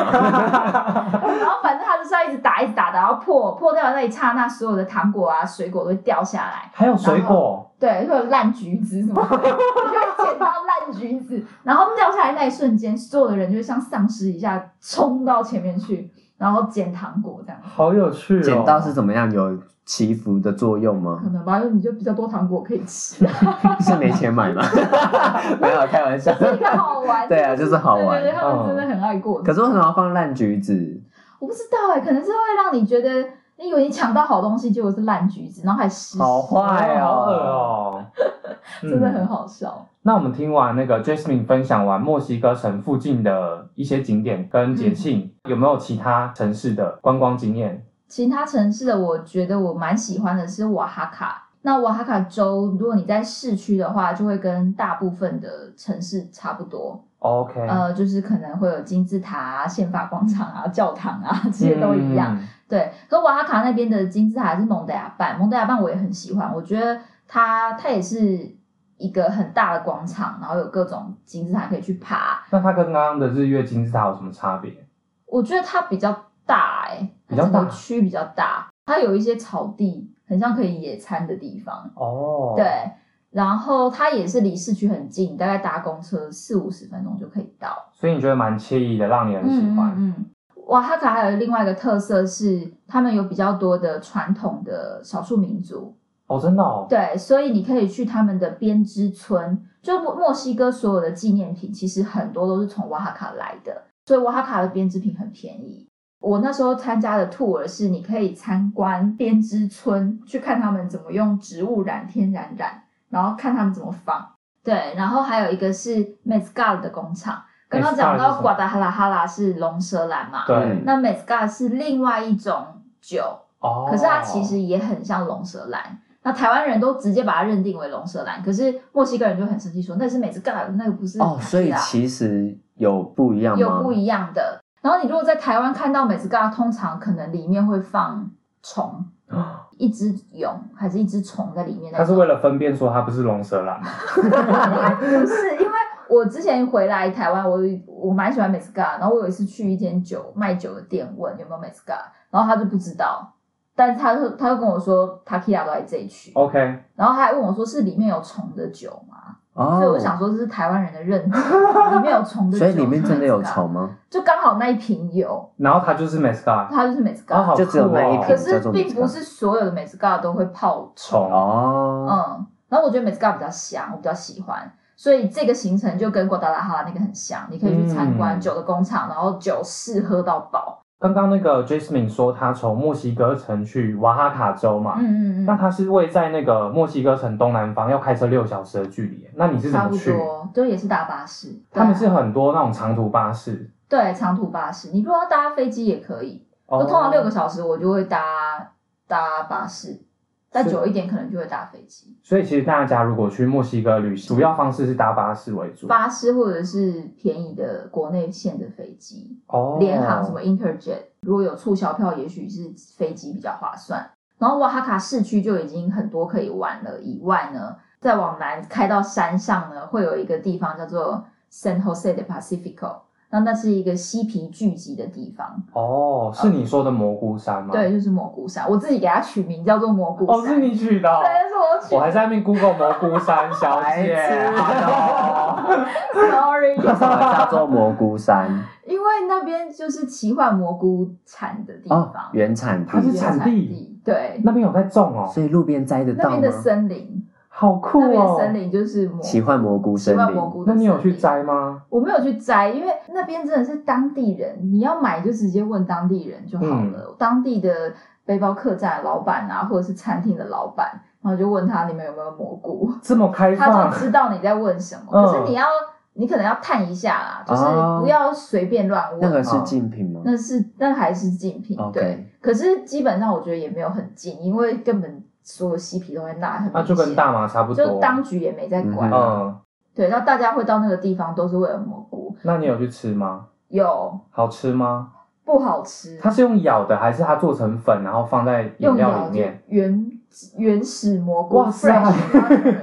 C: 然后反正他就是要一直打，一直打，然后破破掉的那一刹那，所有的糖果啊、水果都会掉下来，
A: 还有水果，
C: 对，会有烂橘子什么的， <laughs> 就会捡到烂橘子，然后掉下来那一瞬间，所有的人就会像丧尸一下冲到前面去，然后捡糖果这样。
A: 好有趣哦！
B: 剪刀是怎么样？有祈福的作用吗
C: 可？能吧，因为你就比较多糖果可以吃， <laughs>
B: 是没钱买 <laughs> 吗？没有，开玩笑。
C: 这个好玩。
B: <laughs> 对啊，就是好玩
C: 对。对对，他们
A: 嗯
C: 真的很爱过节。
B: 可是为什么要放烂橘子？
C: 我不知道哎、可能是会让你觉得你以为你抢到好东西，结果是烂橘子，然后还湿，
B: 好坏
A: 哦好恶
B: 哦！
A: 哦，
C: <laughs> 真的
A: 嗯
C: 很好笑。
A: 那我们听完那个 Jasmine 分享完墨西哥城附近的一些景点跟节庆，
C: 嗯
A: 有没有其他城市的观光经验？
C: 其他城市的我觉得我蛮喜欢的是瓦哈卡。那瓦哈卡州，如果你在市区的话，就会跟大部分的城市差不多，
A: OK，、
C: 呃，就是可能会有金字塔啊、宪法广场啊、教堂啊，这些都一样。
A: 嗯。
C: 对，可瓦哈卡那边的金字塔是蒙德亚办，蒙德亚办我也很喜欢，我觉得它它也是一个很大的广场，然后有各种金字塔可以去爬。
A: 那它跟刚刚的日月金字塔有什么差别？
C: 我觉得它比较大哎、欸，
A: 比
C: 它
A: 较
C: 整个
A: 大
C: 区比较大，它有一些草地，很像可以野餐的地方。
A: 哦，
C: 对，，然后它也是离市区很近，大概搭公车四五十分钟就可以到。
A: 所以你觉得蛮惬意的，让你很喜欢。
C: 嗯嗯嗯瓦哈卡还有另外一个特色是，他们有比较多的传统的少数民族，
A: 哦，真的哦，
C: 对，所以你可以去他们的编织村，就墨墨西哥所有的纪念品，其实很多都是从瓦哈卡来的，所以瓦哈卡的编织品很便宜。我那时候参加的 tour 是，你可以参观编织村，去看他们怎么用植物染、天然染，然后看他们怎么仿。对，然后还有一个是 Mezcal 的工厂。刚刚讲
A: Mezcal 是
C: 到
A: 什么
C: 瓜达哈拉哈拉是龙舌兰嘛，
A: 对，
B: 嗯
C: 那 Mezcal 是另外一种酒，
A: 哦，
C: 可是它其实也很像龙舌兰。那台湾人都直接把它认定为龙舌兰，可是墨西哥人就很生气说那是美次干的，那个不是
B: 哦，所以
C: 是啊
B: 其实有不一样吗？
C: 有不一样的。然后你如果在台湾看到美次干，通常可能里面会放虫，
B: 哦
C: 一只蛹还是一只虫在里面那
A: 它是
C: 种。
A: 为了分辨说它不是龙舌
C: <laughs>
A: 兰吗。
C: 不是因为我之前回来台湾，我有一我蛮喜欢美斯嘎，然后我有一次去一间酒卖酒的店问有没有美斯嘎，然后他就不知道，但是他就他就跟我说 t a k i a 都在这一区，
A: OK，
C: 然后他还问我说是里面有虫的酒吗？所以我
B: 哦，
C: 想说这是台湾人的认知，里面有虫的酒，
B: 所以里面真的有
C: 是 Mezcal，
B: 虫吗？
C: 就刚好那一瓶有，
A: 然后它就是 m e s c a
C: 它就是美斯
A: 哦，
C: 嘎，
A: 好酷
B: 就
A: 哦，
B: 只有那一瓶
C: 可
B: 叫
C: 是
B: 做 Mezcal
C: 并不是所有的美斯嘎都会泡虫，
A: 虫
B: 哦，
C: 嗯，然后我觉得美斯嘎比较香，我比较喜欢。所以这个行程就跟瓜达拉哈拉那个很像，你可以去参观
A: 嗯
C: 酒的工厂，然后酒试喝到饱。
A: 刚刚那个 Jasmine 说，她从墨西哥城去瓦哈卡州嘛，
C: 嗯嗯
A: 那
C: 嗯，
A: 它是位在那个墨西哥城东南方，要开车六小时的距离。那你是怎
C: 差
A: 么
C: 不
A: 去？
C: 多，就也是搭巴士。对
A: 他
C: 啊
A: 们是很多那种长途巴士，
C: 对长途巴士，你如果要搭飞机也可以，
A: 哦
C: 我啊通常六个小时我就会搭搭巴士，再久一点可能就会搭飞机，
A: 所以其实大家如果去墨西哥旅行，主要方式是搭巴士为主。
C: 巴士或者是便宜的国内线的飞机，
A: 哦，
C: 联航什么 Interjet，如果有促销票，也许是飞机比较划算。然后瓦哈卡市区就已经很多可以玩了，以外呢，再往南开到山上呢，会有一个地方叫做 San Jose de Pacifico，那那是一个嬉皮聚集的地方，
A: 哦，是你说的蘑菇山吗？
C: 对，，就是蘑菇山，我自己给它取名叫做蘑菇山。
A: 哦，是你取的哦、
C: 对，是我取
A: 我还在那边 Google 蘑菇山小
B: 白
A: 姐。
B: 痴哦
C: Sorry，
B: 为什么叫做蘑菇山？
C: 因为那边就是奇幻蘑菇产 <laughs> 的地
B: 哦
C: 方，，
B: 原产地
A: 它，是产
C: 产
A: 地
C: 对，
A: 那边有在种哦，
B: 所以路边摘得
C: 那
B: 到
C: 边
B: 吗？
C: 的森林，
A: 好酷
C: 那边的
A: 哦。
C: 森林就是蘑
B: 奇幻蘑菇
C: 奇
B: 森
C: 幻
B: 林
C: 蘑，菇的
A: 那
C: 森林。
A: 你有去？摘吗？
C: 我没有去摘，因为那边真的是当地人，你要买就直接问当地人就好了，
B: 嗯
C: 当地的背包客栈的老板啊，或者是餐厅的老板，然后就问他你们有没有蘑菇。
A: 这么开
C: 他
A: 放
C: 就知道你在问什么。
A: 嗯
C: 可是你要你可能要探一下啦，就是
B: 哦
C: 不要随便乱问。
B: 那个
A: 哦
B: 是竞品吗？
C: 那是那还是竞品
B: OK
C: 对。可是基本上我觉得也没有很近，因为根本所有嬉皮都在那，很
A: 啊那就
C: 明
A: 跟
C: 显
A: 大麻差不多。
C: 就当局也没在管。啊
B: 嗯
A: 嗯，
C: 对，那大家会到那个地方都是为了蘑菇，
A: 那你有去吃吗？
C: 有
A: 好吃吗？
C: 不好吃，
A: 它是用咬的，还是它做成粉然后放在饮
C: 用
A: 料
C: 咬
A: 里
C: 就
A: 面？
C: 原原始蘑菇
A: 哇塞
C: fresh
A: <laughs>
C: butter，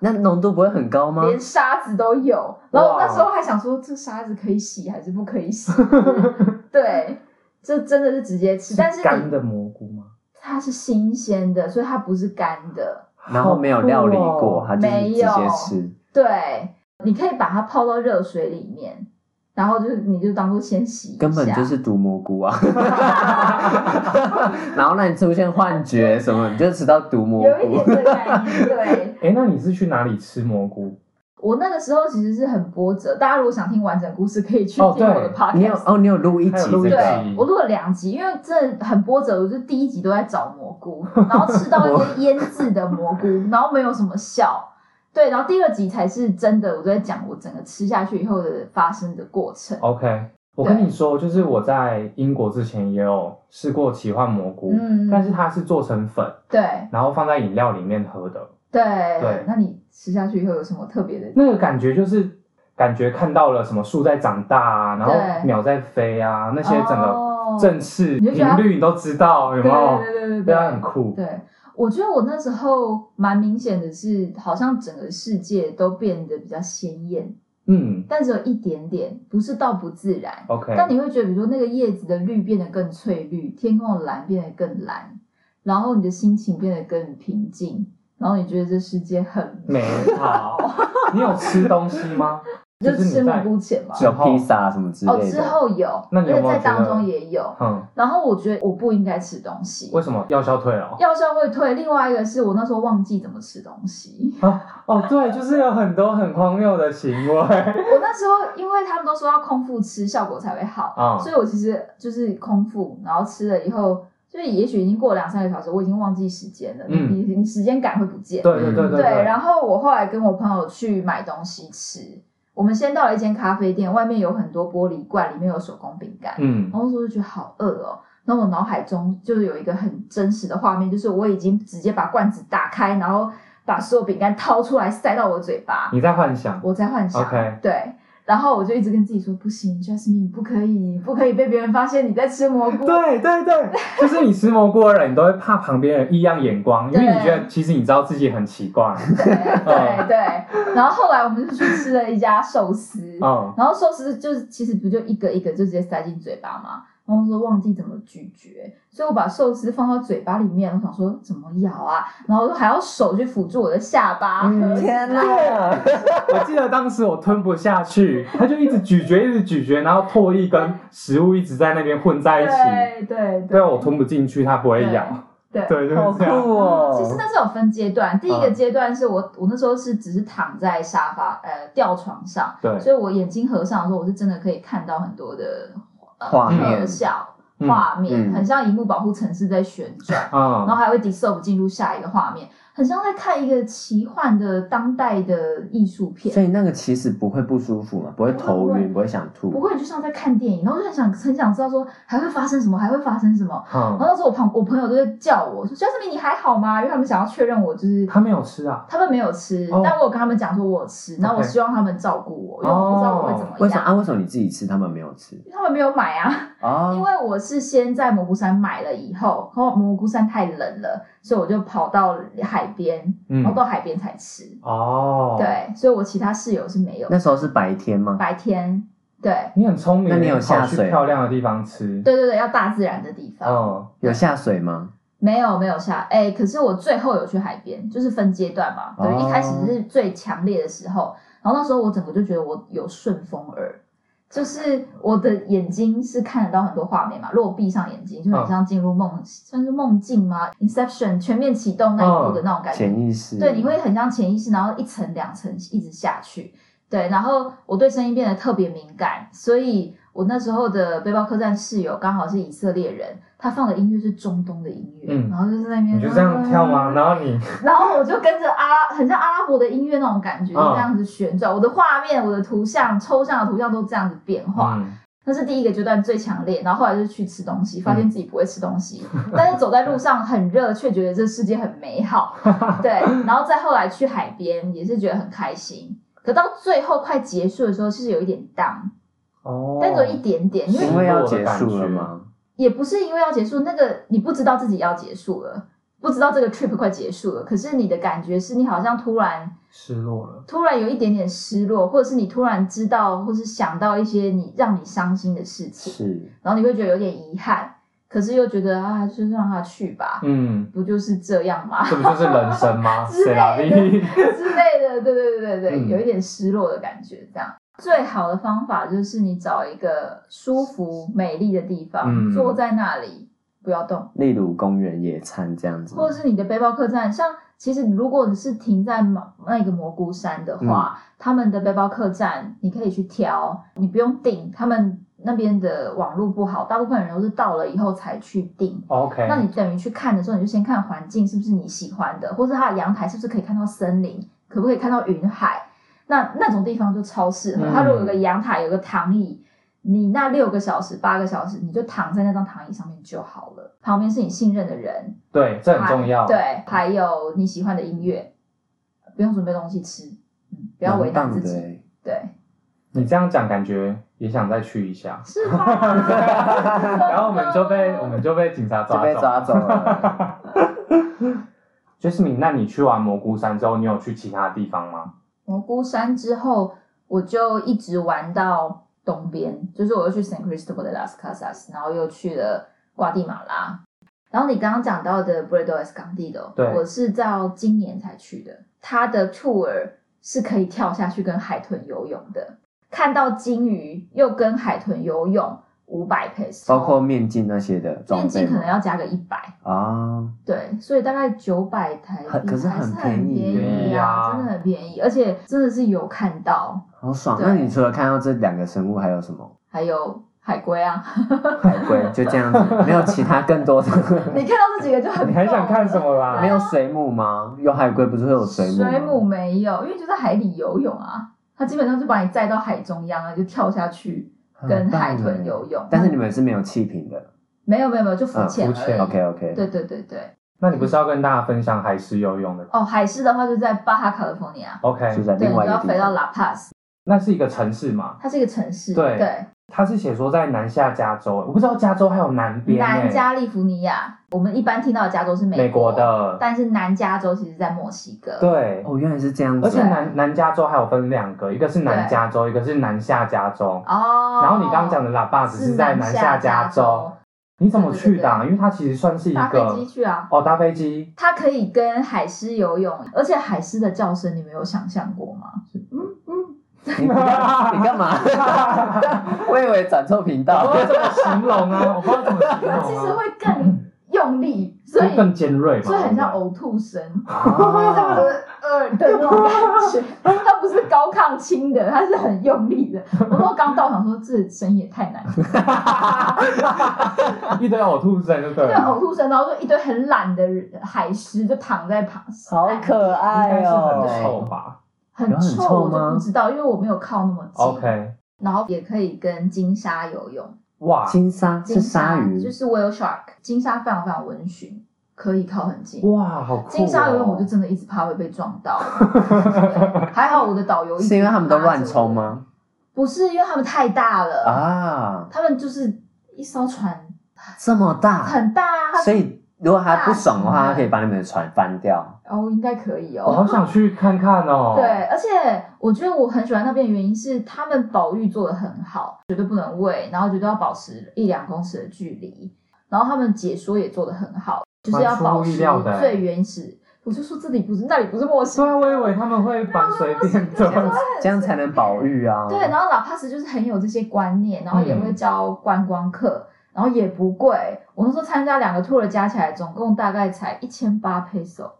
B: 那浓度不会很高吗？
C: 连沙子都有。然后我
A: 哇
C: 那时候还想说，这沙子可以洗还是不可
A: <laughs>
C: 以洗？对，这真的是直接吃，但是
A: 干
C: 你
A: 的蘑菇吗？
C: 它是新鲜的，所以它不是干的。
B: 然后没有料理过，
A: 好酷哦
B: 它就是直接
C: 没
B: 吃。
C: 对，你可以把它泡到热水里面，然后就是你就当做先洗一下，
B: 根本就是毒蘑菇啊！ <laughs> 然后让你出现幻觉什么，你就吃到毒
C: <laughs>
B: 蘑
C: 有一
B: 菇
C: 点。这个
B: <laughs>
C: 概念。对，
A: 哎，那你是去哪里吃蘑菇？
C: 我那个时候其实是很波折，大家如果想听完整故事，可以去
A: 哦
C: 听我的
A: 对
C: podcast。
B: 你有哦，你有录一集
A: 还有录
B: 这
A: 一
B: 个
A: 集
C: 对，我录了两集，因为真的很波折，我就第一集都在找蘑菇，然后吃
B: <laughs>
C: 到一些腌制的蘑菇，然后没有什么效。对，然后第二集才是真的，我都在讲我整个吃下去以后的发生的过程。
B: 哦
A: OK，我跟你说，就是我在英国之前也有试过奇幻蘑菇，
C: 嗯
A: 但是它是做成粉，
C: 对
A: 然后放在饮料里面喝的，
C: 对
A: 对
C: 那你吃下去以后有什么特别的？
A: 那个感觉就是感觉看到了什么树在长大啊，然后
C: 对
A: 鸟在飞啊，那些整个
C: 哦
A: 振翅
C: 你就觉得
A: 频率你都知道，有没有？
C: 对对对对
A: 对啊，很酷。
C: 对，我觉得我那时候蛮明显的是，好像整个世界都变得比较鲜艳，
A: 嗯
C: 但只有一点点，不是到不自然。
A: ，OK，
C: 但你会觉得，比如说那个叶子的绿变得更翠绿，天空的蓝变得更蓝，然后你的心情变得更平静，然后你觉得这世界很
A: 美
C: <laughs>
A: 好。你有吃东西吗？
C: 就
A: 就是
C: 吃
A: 你
C: 目
A: 在
C: 不前嘛。
A: 之
B: 有
A: 后
B: 披萨什么之
C: 哦，
B: 类
C: 之
B: 的。
C: 后有，
A: 那你有
C: 而且
A: 没有
C: 在当
A: 觉得
C: 中也有。
A: 嗯，
C: 然后我觉得我不应该吃东西，
A: 为什么药效退了？
C: 药效会退。另外一个是我那时候忘记怎么吃东西。 <laughs>
A: 哦，对，就是有很多很荒谬的行为。
C: 我那时候因为他们都说要空腹吃效果才会好，
A: 嗯
C: 所以我其实就是空腹，然后吃了以后，就是也许已经过两三个小时，我已经忘记时间了，你
A: 嗯
C: 你你时间感会不见。
A: 对对对
C: 对
A: 对，
C: 然后我后来跟我朋友去买东西吃，我们先到了一间咖啡店，外面有很多玻璃罐，里面有手工饼干，
A: 嗯
C: 然后那时候就觉得好饿哦。然后我脑海中就是有一个很真实的画面，就是我已经直接把罐子打开，然后把所有饼干掏出来塞到我嘴巴，
A: 你在幻想。
C: 我在幻
A: 嗯
C: 想。
A: OK
C: 对，然后我就一直跟自己说，不行，Jasmine，不可以，不可以被别人发现你在吃蘑菇。
A: <laughs> 对对对，就是你吃蘑菇的人，你都会怕旁边人异样眼光，因为你觉得其实你知道自己很奇怪。
C: 对对对。然后后来我们就去吃了一家寿司，
A: 嗯，
C: 然后寿司就是其实不就一个一个就直接塞进嘴巴嘛。然后说忘记怎么咀嚼，所以我把寿司放到嘴巴里面，我想说怎么咬啊，然后我还要手去辅助我的下巴。
B: 嗯，
C: 合起来
B: 天哪！
A: 我记得当时我吞不下去， <laughs> 他就一直咀嚼，一直咀嚼，然后唾液跟食物一直在那边混在一起。
C: 对对
A: 对，我吞不进去，它不会咬。
C: 对
A: 对，就是
B: 好
A: 这样。
B: 酷哦！
C: 其实那是有分阶段，第一个
A: 嗯
C: 阶段是我、我那时候是只是躺在沙发呃吊床上，
A: 对，
C: 所以我眼睛合上的时候，我是真的可以看到很多的呃
B: 画面
C: 特效
A: 嗯
C: 画面，
B: 嗯
C: 很像荧幕保护城市在旋转，然后
A: 嗯，
C: 还会 dissolve 进入下一个画面，很像在看一个奇幻的当代的艺术
B: 所
C: 片。
B: 以那个其实不会不舒服嘛，不会头晕，不会想
C: 不
B: 吐。
C: 会，就像在看电影，然后我就很想很想知道说还会发生什么，还会发生什么。然
A: 嗯，
C: 后那时候我旁我朋友都在叫我说 j a s m i 你还好吗？因为他们想要确认我就是
A: 他没有吃啊。
C: 他们没有吃，
A: 哦
C: 但我有跟他们讲说我有吃，然后我
A: OK
C: 希望他们照顾我，因为我不知道我会怎么
B: 为什么
C: 样。
B: 啊？为什么你自己吃，他们没有吃？
C: 因为他们没有买啊， <laughs> 因
B: 哦，
C: 为我是先在蘑菇山买了以后，然后蘑菇山太冷了，所以我就跑到海边，
A: 嗯
C: 然后到海边才吃。
A: 哦，，
C: 对，所以我其他室友是没有
B: 那时候是白天吗？
C: 白天。对
A: 你很聪明，
B: 那你有下
A: 跑去
B: 水
A: 漂亮的地方吃。
C: 对对对，要大自然的地
B: 哦
C: 方。
A: 嗯，
B: 有下水吗？
C: 没有没有下，哎、可是我最后有去海边，就是分阶段嘛，对，
B: 哦
C: 一开始是最强烈的时候，然后那时候我整个就觉得我有顺风耳，就是我的眼睛是看得到很多画面嘛，如果闭上眼睛，就
B: 嗯
C: 很像进入梦，算是梦境吗？Inception 全面启动那一步的那种感觉，
B: 潜意
A: 嗯
B: 识？
C: 对，你会很像潜意识，然后一层两层一直下去。对，然后我对声音变得特别敏感，所以我那时候的背包客栈室友刚好是以色列人，他放的音乐是中东的音乐，
A: 嗯
C: 然后就是在那边
A: 你
C: 啊
A: 就这样跳吗？然后你
C: 然后我就跟着阿拉，很像阿拉伯的音乐那种感觉，
A: 嗯
C: 就这样子旋转。我的画面、我的图像、抽象的图像都这样子变化。
A: 嗯
C: 那是第一个阶段最强烈，然后后来就去吃东西，发
A: 嗯
C: 现自己不会吃东西，但是走在路上很热，却觉得这世界很美
A: <laughs>
C: 好。对，然后再后来去海边，也是觉得很开心。可到最后快结束的时候，其实有一点 down，
A: 哦，
C: 但只有一点点，因为
A: 是
B: 因为要结束了吗？
C: 也不是因为要结束，那个你不知道自己要结束了，不知道这个 trip 快结束了，可是你的感觉是你好像突然
A: 失落了，
C: 突然有一点点失落，或者是你突然知道或是想到一些你让你伤心的事情，
B: 是，
C: 然后你会觉得有点遗憾，可是又觉得啊，就让他去吧，
A: 嗯，
C: 不就是这样
A: <laughs>
C: 吗？<laughs>
A: 这不就是人生吗？
C: 之类
A: 谁
C: 的
A: 啦？你
C: 之类的，对对对对对，
A: 嗯
C: 有一点失落的感觉，这样。最好的方法就是你找一个舒服、美丽的地方，
A: 嗯
C: 坐在那里，不要动。
B: 例如公园野餐这样子吗，
C: 或者是你的背包客栈，像其实如果你是停在某那个蘑菇山的
A: 嗯
C: 话，他们的背包客栈你可以去挑，你不用订，他们那边的网络不好，大部分人都是到了以后才去订。
A: <laughs> OK，
C: 那你等于去看的时候，你就先看环境是不是你喜欢的，或是它的阳台是不是可以看到森林，可不可以看到云海？那那种地方就超适合。
A: 嗯
C: 它如果有个阳台，有个躺椅，你那六个小时、八个小时，你就躺在那张躺椅上面就好了。旁边是你信任的人，
A: 对，这很重要，，
C: 对，还有你喜欢的音乐，不用准备东西吃，嗯，不要为难自
B: 蛮棒的
C: 己。
B: 欸
C: 对，。
A: 你这样讲，感觉也想再去一下
C: <laughs> 是吧？
A: <laughs> 然后我们就被我们就被警察
B: 就
A: 抓
B: 被
A: 走。
B: 抓走了。
A: Jasmine，那你去完蘑菇山之后，你有去其他地方吗？
C: 蘑菇山之后，我就一直玩到东边，就是我又去 San Cristobal de las Casas，然后又去了瓜地马拉。然后你刚刚讲到的 Bredo Escondido，
A: 对
C: 我是到今年才去的。它的 tour 是可以跳下去跟海豚游泳的，看到鲸鱼又跟海豚游泳五百 p e s
B: 包括面镜那些的
C: <laughs>
B: 装
C: 面
B: 备
C: 镜
B: 吗
C: 可能要加个一百，
B: 啊，
C: 对，所以大概九百台币，
B: 很可是
C: 还
B: 很
C: 是很
B: 便宜
C: 便宜
A: 对啊
C: 啊，真的很便宜，而且真的是有看到，
B: 好爽！
C: 对
B: 那你除了看到这两个生物，还有什么？
C: 还有海龟啊， <laughs>
B: 海龟就这样子，没有其他更多的，
C: 你看到这几个就很，
A: 你还想看什？么啦？
B: 没有水母吗？有海龟不是会有水母吗？
C: 水母没有，因为就在海里游泳啊，它基本上就把你载到海中央啊，就跳下去
B: 很棒
C: 跟海
B: 欸
C: 豚游泳。
B: 但是你们是没有气瓶的。
C: 没有没有没有，就浮
B: 嗯
C: 潜
A: 啊浮
C: 而
A: 潜
C: 已。
B: OK OK，
C: 对对对对，
A: 那你不是要跟大家分享海狮游泳的
C: 哦，海狮的话就在巴哈卡利福尼亚，
B: 是
A: ？OK，
B: 在
C: 对，
B: 另
C: 你
B: 外
C: 就
B: 一个
C: 要
B: 地
C: 飞到
B: 方。
C: 拉帕斯，
A: 那是一个城市嘛？
C: 它是一个城市，
A: 对
C: 对，
A: 它是写说在南下加州，我不知道加州还有南边、欸。
C: 南加利福尼亚，我们一般听到的加州是美
A: 美国，的，
C: 但是南加州其实在墨西哥。，
A: 对。
B: 哦，原来是这样子。
A: 而且南南加州还有分两个，一个是南加州，一个是南下加州。
C: 哦。
A: 然后你刚刚讲的喇叭只
C: 是
A: 在
C: 南
A: 下
C: 加
A: 州，，你怎么去的啊、因为它其实算是一
C: 搭飞机
A: 个
C: 去啊。
A: 哦，搭飞机
C: 它可以跟海狮游泳，而且海狮的叫声你们有想象过吗？
B: 你
C: <laughs>
B: 你干嘛？我以为转错频道
A: 我。不知道怎么形容啊，我不知道怎么形
C: 它其实
A: 容啊，
C: 会更用力，所以
A: 就更尖锐嘛，
C: 所以很像
A: 对
C: 呕吐声，
B: 啊
C: 呃呃的那种感觉。它不是高亢轻的，它是很用力的。我那时候刚到，想说这声音也太难听了
A: 不对一堆呕吐声就对
C: 对
A: 了。
C: 呕吐声，然后就一堆很懒的海狮就躺在旁，哎
B: 好可
A: 应该
B: 爱
A: 是
B: 哦！
A: 很臭吧
C: 很
B: 有很
C: 臭，
B: 臭
C: 我
B: 吗
C: 就不知道，因为我没有靠那么近。
A: ？OK，
C: 然后也可以跟金鲨游泳，
A: 哇
B: 金鲨是
C: 金
B: 鲨鱼，
C: 就是 whale shark，金鲨非常非常温驯，可以靠很近。
A: 哇，好酷、哦！
C: 金鲨游泳我就真的一直怕会被撞
B: <laughs>
C: 到，对还好我的导游一直
B: 是因为他们都
C: 拉着
B: 乱冲
C: 我？
B: 吗？
C: 不是，因为他们太大了，
B: 啊，
C: 他们就是一艘船
B: 这么大，
C: 很大啊，
B: 所以如果他不爽
C: 大
B: 的话，
C: 型的
B: 他可以把你们的船翻掉。
C: 哦应该可以哦
A: 我。好想去看看哦。
C: 对，，而且我觉得我很喜欢那边的原因是他们保育做得很好，绝对不能喂，然后绝对要保持一两公尺的距离，然后他们解说也做得很好，就是要
A: 蛮出乎
C: 保
A: 意
C: 持
A: 料的
C: 最原始。我就说这里不是，那里不是墨西
A: 虽
C: 哥，
A: 然我以为他们会蛮随便
C: 对
A: 的。
B: 这样才能保育啊。
C: 对，然后老帕斯就是很有这些观念，然后也会教观光客。然后也不贵，我那时候参加两个 tour 加起来，总共大概才一千八 peso，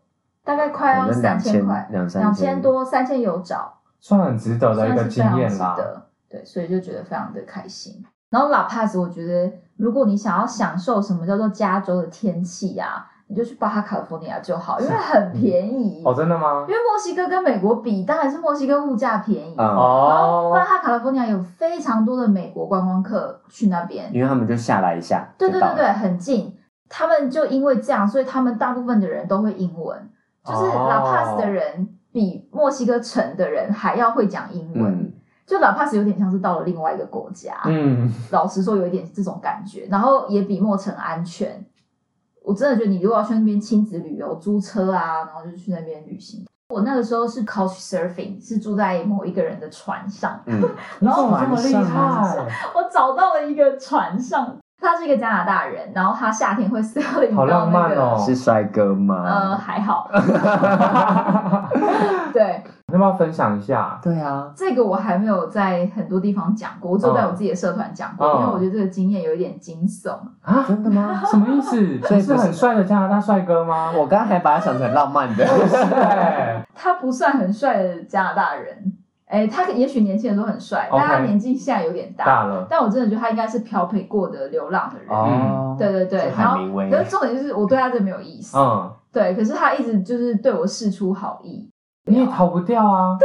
C: 大概快
B: 反
C: 要
B: 正
C: 三
B: 两
C: 千
B: 千
C: 块，
B: 两
C: 两
B: 三
C: 千，多，三千有找。
A: 算很值得的一
C: 算
A: 个
C: 是非
A: 经
C: 常
A: 验
C: 值
A: 啦。
C: 得，对，所以就觉得非常的开心。然后拉帕斯，我觉得如果你想要享受什么叫做加州的天气啊，你就去巴哈卡佛尼亚就好，因为很便宜。
A: 哦，真的吗
C: 因？为墨西哥跟美国比，当然是墨西哥物价便宜。
B: 嗯
C: 然后
A: 哦
C: 巴，哈卡利福尼亚有非常多的美国观光客去那边，
B: 因为他们就下来一下，
C: 对对
B: 就到
C: 对
B: 了
C: 对，很近。他们就因为这样，所以他们大部分的人都会英文，就是
A: 哦
C: 拉帕斯的人比墨西哥城的人还要会讲英文。
B: 嗯，
C: 就拉帕斯有点像是到了另外一个国家，
A: 嗯，
C: 老实说有一点这种感觉，然后也比墨城安全。我真的觉得你如果要去那边亲子旅游，租车啊，然后就去那边旅行。我那个时候是 couch surfing，是住在某一个人的船上， <laughs>
B: 嗯，
A: 你怎么这么
B: 晚
A: 厉
B: 上啊
A: 害？
C: 我找到了一个船上，他是一个加拿大人，然后他夏天会 sailing
A: 好浪
C: 到那
A: 漫
C: 个，
B: <laughs>
A: 哦！
B: 是帅哥
C: 呃，
B: 吗？
C: 还好，
A: 要
C: 对，
A: 不要分享一下？
B: 对啊，
C: 这个我还没有在很多地方讲过，我只有在我自己的社团讲过，
A: 嗯
C: 因为我觉得这个经验有一点惊悚。
A: 啊，
B: 真的吗？ <laughs>
A: 什么意思？
B: 所以不是
A: 是很帅的加拿大帅哥吗？
B: 我刚刚还把他想成浪漫
A: <laughs>
B: 的，
A: 对，
C: 他不算很帅的加拿大人，哎，他也许年轻的时候很帅，
A: OK
C: 但他年纪现在有点大。
A: 大了，
C: 但我真的觉得他应该是漂配过的流浪的人。
B: 哦，
C: 对对对
B: 是，
C: 然
B: 海
C: 后
B: 明威，
C: 可是重点就是我对他真的没有意思，
A: 嗯，
C: 对，可是他一直就是对我示出好意，
A: 你也逃不掉啊。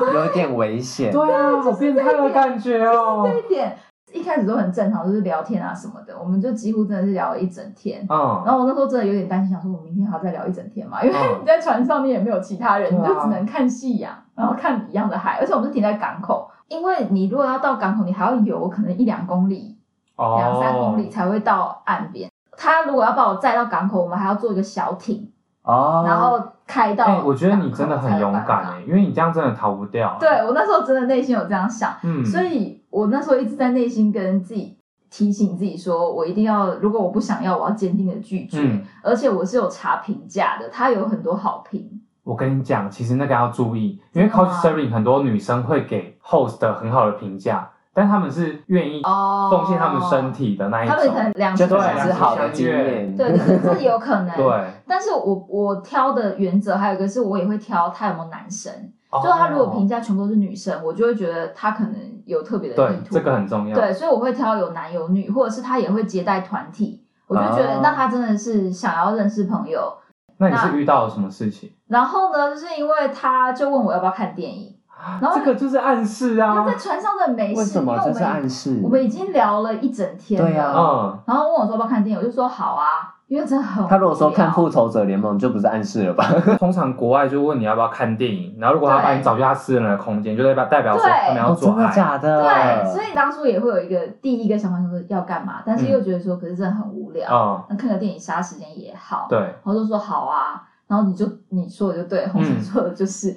B: 有点危险，
A: 对啊，好变态的感觉哦。
C: 这一点一开始都很正常，就是聊天啊什么的，我们就几乎真的是聊了一整天。然
A: 嗯，
C: 后我那时候真的有点担心，想说我明天还要再聊一整天嘛，因为
A: 嗯
C: 你 <laughs> 在船上你也没有其他人，
A: 对啊
C: 你就只能看夕阳，然后看一样的海，而且我们是停在港口，因为你如果要到港口，你还要游可能一两公里、
A: 哦，
C: 两三公里才会到岸边。他如果要把我载到港口，我们还要坐一个小艇，
B: 哦，
C: 然后开到
A: 哎、
C: 港口才有办法。
A: 我觉得你真的很勇敢哎、因为你这样真的逃不掉。啊
C: 对，我那时候真的内心有这样想，
A: 嗯，
C: 所以我那时候一直在内心跟自己提醒自己说，我一定要，如果我不想要，我要坚定的拒绝。
A: 嗯，
C: 而且我是有查评价的，它有很多好评。
A: 我跟你讲，其实那个要注意，因为
C: 真的吗
A: Couchsurfing 很多女生会给 host 很好的评价，但他们是愿意
C: 哦
A: 奉献他们身体的那一
C: 他们可
A: 种。
C: 能良
B: 就
C: 心
B: 只
A: 对
C: 不
B: 是
C: 良
B: 好的
A: 两情
B: 经
A: 相悦
B: 验，
C: 对对，这有可能。
A: 对，，
C: 但是我我挑的原则还有一个是我也会挑他有没有男生，
A: 哦
C: 就他如果评价全部都是女生，我就会觉得他可能有特别的
A: 对
C: 意图。
A: 这个很重要。
C: 对，所以我会挑有男有女，或者是他也会接待团体，我就觉
A: 哦
B: 啊
C: 得那他真的是想要认识朋友。
A: 那你是遇到了什么事情？
C: 然后呢，就是因为他就问我要不要看电影，然后
A: 啊这个就是暗示啊
C: 他。在船上的没事，
B: 为什么
C: 因为
B: 这
C: 我
B: 是暗
C: 们
B: 示？
C: 我们已经聊了一整天了，
B: 对啊
A: 嗯，
C: 然后问我说要不要看电影，我就说好啊，因为真的很
B: 他如果说
C: 无聊
B: 看《复仇者联盟》，就不是暗示
A: <laughs>
B: 了吧？
A: 通常国外就问你要不要看电影，然后如果他把你
C: 对
A: 找去他私人的空间，就代表代表说
C: 对
A: 他们要
B: 哦
A: 做
B: 真的
A: 爱。
B: 假的？
C: 对，所以当初也会有一个第一个想法，就是要干嘛，但
B: 嗯
C: 是又觉得说，可是真的很无
B: 哦
C: 聊，
A: 嗯，
C: 那看个电影杀时间也好，
A: 对，
C: 然后就说好啊，然后你就你说的就对，红
A: 嗯
C: 姐说的就是、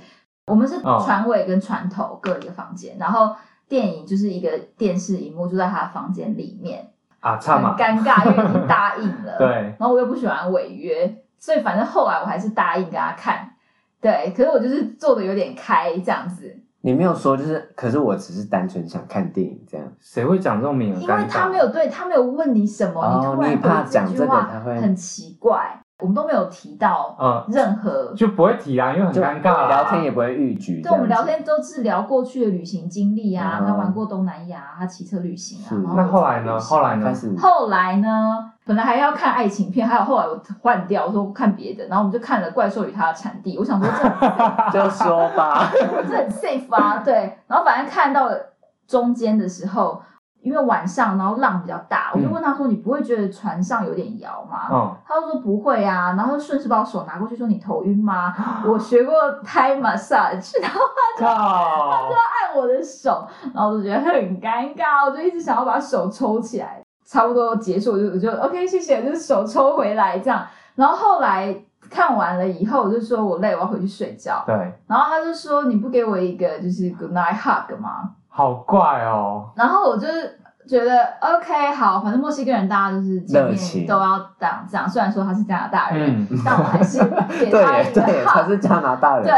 C: 我们是
A: 哦
C: 船尾跟船头各一个房间，然后电影就是一个电视荧幕就在他的房间里面，
A: 啊，差
C: 很
A: 嘛，
C: 尴尬，因
B: <laughs>
C: 为已经答应了，
A: 对，
C: 然后我又不喜欢违约，所以反正后来我还是答应给他看，对，可是我就是做的有点开这样子，
B: 你没有说，就是，可是我只是单纯想看电影这样。
A: 谁会讲这种名？
C: 因为他没有对他没有问你什么，
B: 哦
C: 突然
B: 你怕
C: 回
B: 讲
C: 句
B: 这个
C: 话
B: 他会
C: 很奇怪，我们都没有提到
A: 嗯，
C: 任何
A: 就不会提啊，因为很
B: 就
A: 尴尬啊。
B: 聊天也不会逾矩。
C: 对，我们
B: 这样
C: 聊
B: 子
C: 天都是聊过去的旅行经历啊，
B: 嗯
C: 他玩过东南亚啊，他骑车旅行
B: 是
C: 啊。然
A: 那后来
C: 我
A: 呢？
C: 自己
A: 后来呢
C: 旅行
B: 开？始
C: 后来呢？本来还要看爱情片，还有后来我换掉，我说看别的，然后我们就看了《怪兽与它的产地》，我想说这
B: 就说
C: <laughs>
B: 吧，
C: 很这很 safe 啊，对。然后反正看到中间的时候，因为晚上，然后浪比较大，我就问他说：“你不会觉得船上有点摇吗？”
A: 嗯，
C: 他就说不会啊，然后顺势把我手拿过去说：“你头晕吗？我学过 Thai massage。”然后
A: 靠，
C: 按我的手，然后我就觉得很尴尬，我就一直想要把手抽起来。差不多结束，我就我就 OK，谢谢，就是手抽回来这样。然后后来看完了以后，我就说我累，我要回去睡觉。
A: 对，
C: 然后他就说你不给我一个就是 good night hug 吗？
A: 好怪哦。
C: 然后我就是觉得 OK 好，反正墨西哥人大家就是见
B: 热
C: 面
B: 情
C: 都要这样这样。虽然说他是加拿大人，
A: 嗯，
C: 但我还
B: <laughs>
C: 是
B: 对
C: 给他一
B: 耶
C: 个
B: 对耶，他
C: hug。
B: 是加拿大人，
C: 对，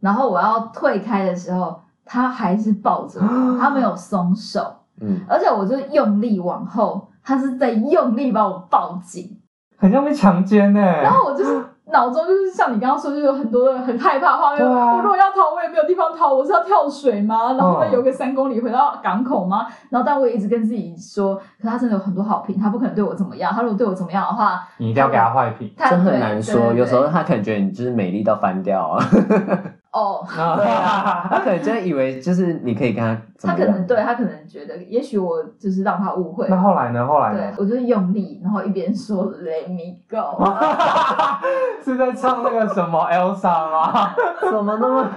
C: 然后我要退开的时候，他还是抱着
B: <gasps>
C: 我，他没有松手，
B: 嗯，
C: 而且我就用力往后，他是在用力把我抱紧，
A: 很像被强奸呢。
C: 欸然后我就是脑中就是像你刚刚说，就是有很多人很害怕画面。
A: 对啊
C: 我如果要逃，我也没有地方逃，我是要跳水吗？
B: 嗯
C: 然后再游个三公里回到港口吗？然后但我也一直跟自己说，可他真的有很多好评，他不可能对我怎么样。他如果对我怎么样的话，
A: 你一定要给他坏评。
C: 他
B: 这
C: 对
B: 很难
C: 啊对
B: 说。
C: 对
B: 有时
C: 对
B: 候他可能觉得你就是美丽到翻掉啊， <laughs>
C: 哦，
B: 对啊他可能真的以为就是你可以跟他怎
C: 他
B: 么
C: 可能
B: 样。
C: 对他可能觉得，也许我就是让他误会。
A: 那后来呢？后来
C: 对
A: 呢？
C: 我就是用力，然后一边说 Let me
A: <laughs>
C: go，
A: 啊是在唱那个什么 Elsa 吗？ <laughs>
B: 怎么
C: <laughs>
B: 那么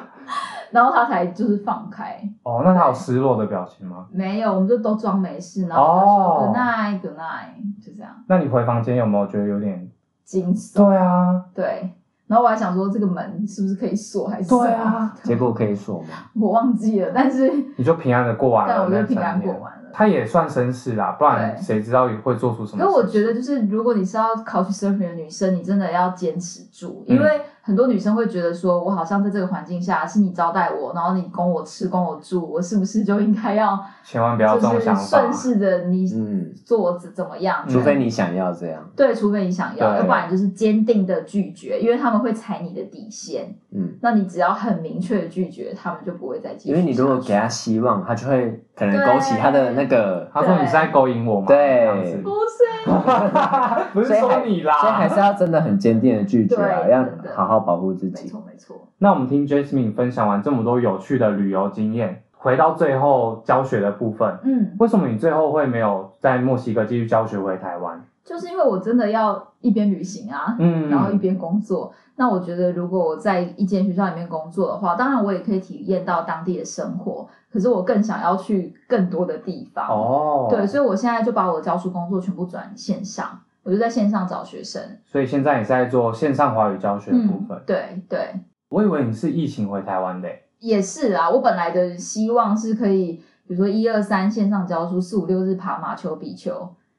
C: 然后他才就是放开。
A: 哦，那他有失落的表情吗？
C: 没有，我们就都装没事，然后就说
A: 哦
C: Good night Good night，就这样，
A: 那你回房间有没有觉得有点？
C: 惊悚。
A: 对啊，
C: 对，然后我还想说这个门是不是可以锁还是什么
A: 对，啊，
B: 结果可以说吗？
C: <laughs> 我忘记
A: <laughs>
C: 了，但是
A: 你就平安的过完
C: 但
A: 了
C: 我
A: 那
C: 就平
A: 三
C: 安过
A: 年。
C: 完了。
A: 他也算绅士啦，不然
C: 对
A: 谁知道会做出什么
C: 可
A: 事？
C: 是我觉得，就是如果你是要考取 surfing 的女生，你真的要坚持住，因
A: 嗯
C: 为很多女生会觉得说，我好像在这个环境下是你招待我，然后你供我吃，供我住，我是不是就应该要
A: 千万不要这
C: 就
A: 种
C: 是
A: 想法。
C: 顺势的你
B: 嗯，
C: 做怎怎么样？
B: 除非你想要这样。
C: 对，除非你想要，
A: 对
C: 要不然就是坚定的拒绝，因为他们会踩你的底线。
B: 嗯，
C: 那你只要很明确的拒绝，他们就不会再继续
B: 因
C: 下去。
B: 为你如果给他希望，他就会可能勾起他的那个，
A: 他说你是在勾引我吗？
B: 对
A: 这样子 <laughs>
C: 不是，
A: 不是说你啦。
B: 所以还是要真的很坚定的拒绝啊，
C: 对
B: 要
C: 真的
B: 好好保护自
C: 没
B: 己。
C: 错没错，
A: 那我们听 Jasmine 分享完这么多有趣的旅游经验，回到最后教学的部分，
C: 嗯，
A: 为什么你最后会没有在墨西哥继续教学回台湾？
C: 就是因为我真的要一边旅行啊，
A: 嗯，
C: 然后一边工作。那我觉得，如果我在一间学校里面工作的话，当然我也可以体验到当地的生活，可是我更想要去更多的地方。
A: 哦，
C: 对，所以我现在就把我的教书工作全部转线上，我就在线上找学生。
A: 所以现在你是在做线上华语教学的部
C: 嗯
A: 分。，
C: 对对，
A: 我以为你是疫情回台湾的欸、
C: 也是啊，我本来的希望是可以，比如说一二三线上教书，四五六日爬马丘比丘，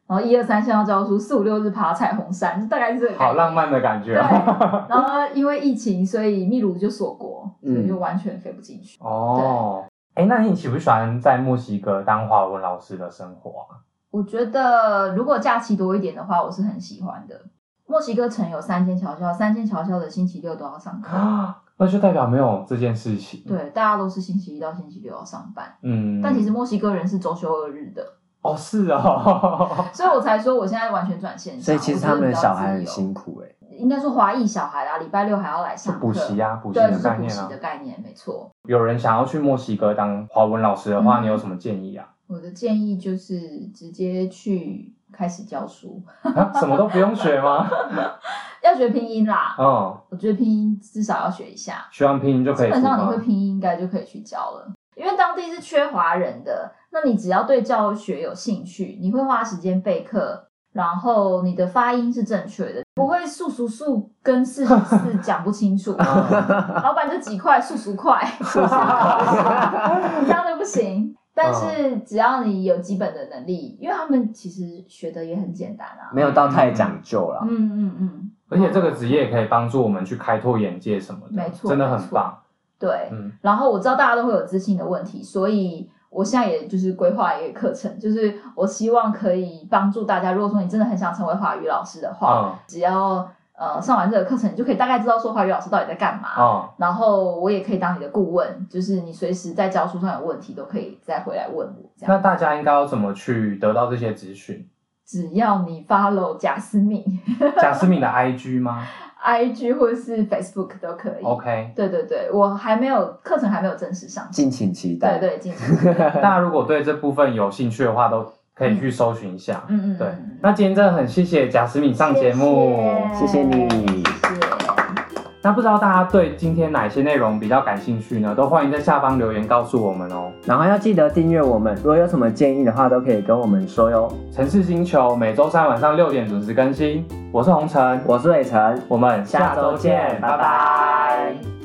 C: 然后一二三线上教书，四五六日爬彩虹山，就大概是这个概念
A: 好浪。漫的感觉
C: 对
A: 哦。， <laughs>
C: 然后呢因为疫情，所以秘鲁就锁国，所
A: 嗯
C: 以就完全飞不进去。
A: 哦，哎、那你喜不喜欢在墨西哥当华文老师的生活
C: <laughs>
A: 啊？
C: 我觉得如果假期多一点的话，我是很喜欢的。墨西哥城有三间桥校，三间桥校的星期六都要
A: <laughs>
C: 上课。
A: 啊，那就代表没有这件事情。，
C: 对，大家都是星期一到星期六要上班，
A: 嗯，
C: 但其实墨西哥人是周休二日的，
A: 哦是哦，
C: 所以我才说我现在完全转线上。
B: 所以其实
C: 我觉得
B: 他们的
C: 比较
B: 小孩
C: 自
B: 很
C: 由
B: 辛苦哎、
C: 应该说华裔小孩啦，礼拜六还要来
A: 是
C: 上课
A: 补习啊，补习
C: 对，就
A: 的
C: 是
A: 概
C: 补
A: 念
C: 习
A: 啊。
C: 的概念，没错。
A: 有人想要去墨西哥当华文老师的话，
C: 嗯
A: 你有什么建议啊？ <laughs>
C: 我的建议就是直接去开始教书，
A: 啊什么都不用学吗？ <laughs>
C: 要学拼音啦。
A: 嗯，
C: 我觉得拼音至少要学一下，
A: 学完拼音就可
C: 基
A: 以出
C: 本上你
A: 吗
C: 会？拼音应该就可以去教了。因为当地是缺华人的，那你只要对教学有兴趣，你会花时间备课，然后你的发音是正确的，不会速速速跟四十四讲不清楚，哦老板就几块速速快，速速这样就不行。但是只要你有基本的能力，因为他们其实学的也很简单啊。
B: 没有到太讲究啦。
C: 嗯嗯嗯，
A: 而且这个职业也可以帮助我们去开拓眼界什么的，
C: 没错
A: 真的
C: 没
A: 很
C: 错
A: 棒。
C: 对。
A: 嗯，
C: 然后我知道大家都会有自信的问题，所以我现在也就是规划一个课程，就是我希望可以帮助大家。如果说你真的很想成为华语老师的话，
A: 嗯，
C: 只要呃上完这个课程，你就可以大概知道说华语老师到底在干嘛。
A: 嗯，
C: 然后我也可以当你的顾问，就是你随时在教书上有问题都可以再回来问我。这
A: 那
C: 样，
A: 大家应该要怎么去得到这些资
C: <laughs>
A: 讯？
C: 只要你 follow 贾思敏
A: 贾思敏的 IG 吗
C: IG 或是 Facebook 都可以。
A: ？OK，
C: 对对对，我还没有课程还没有正式上线。
B: 敬请期待。
C: 对对，进行。
A: 大家如果对这部分有兴趣的话，都可以去搜寻一下。
C: 嗯嗯，
A: 对
C: 嗯，
A: 那今天真的很谢谢贾思敏上节目。
B: 谢谢你
C: 谢谢。
A: 那不知道大家对今天哪些内容比较感兴趣呢？都欢迎在下方留言告诉我们哦。
B: <laughs> 然后要记得订阅我们，如果有什么建议的话，都可以跟我们说哟。
A: 城市星球每周三晚上六点准时更新，我是红尘，
B: 我是伟成，
A: 我们
B: 下周见，拜
A: 拜拜
B: 拜
C: 拜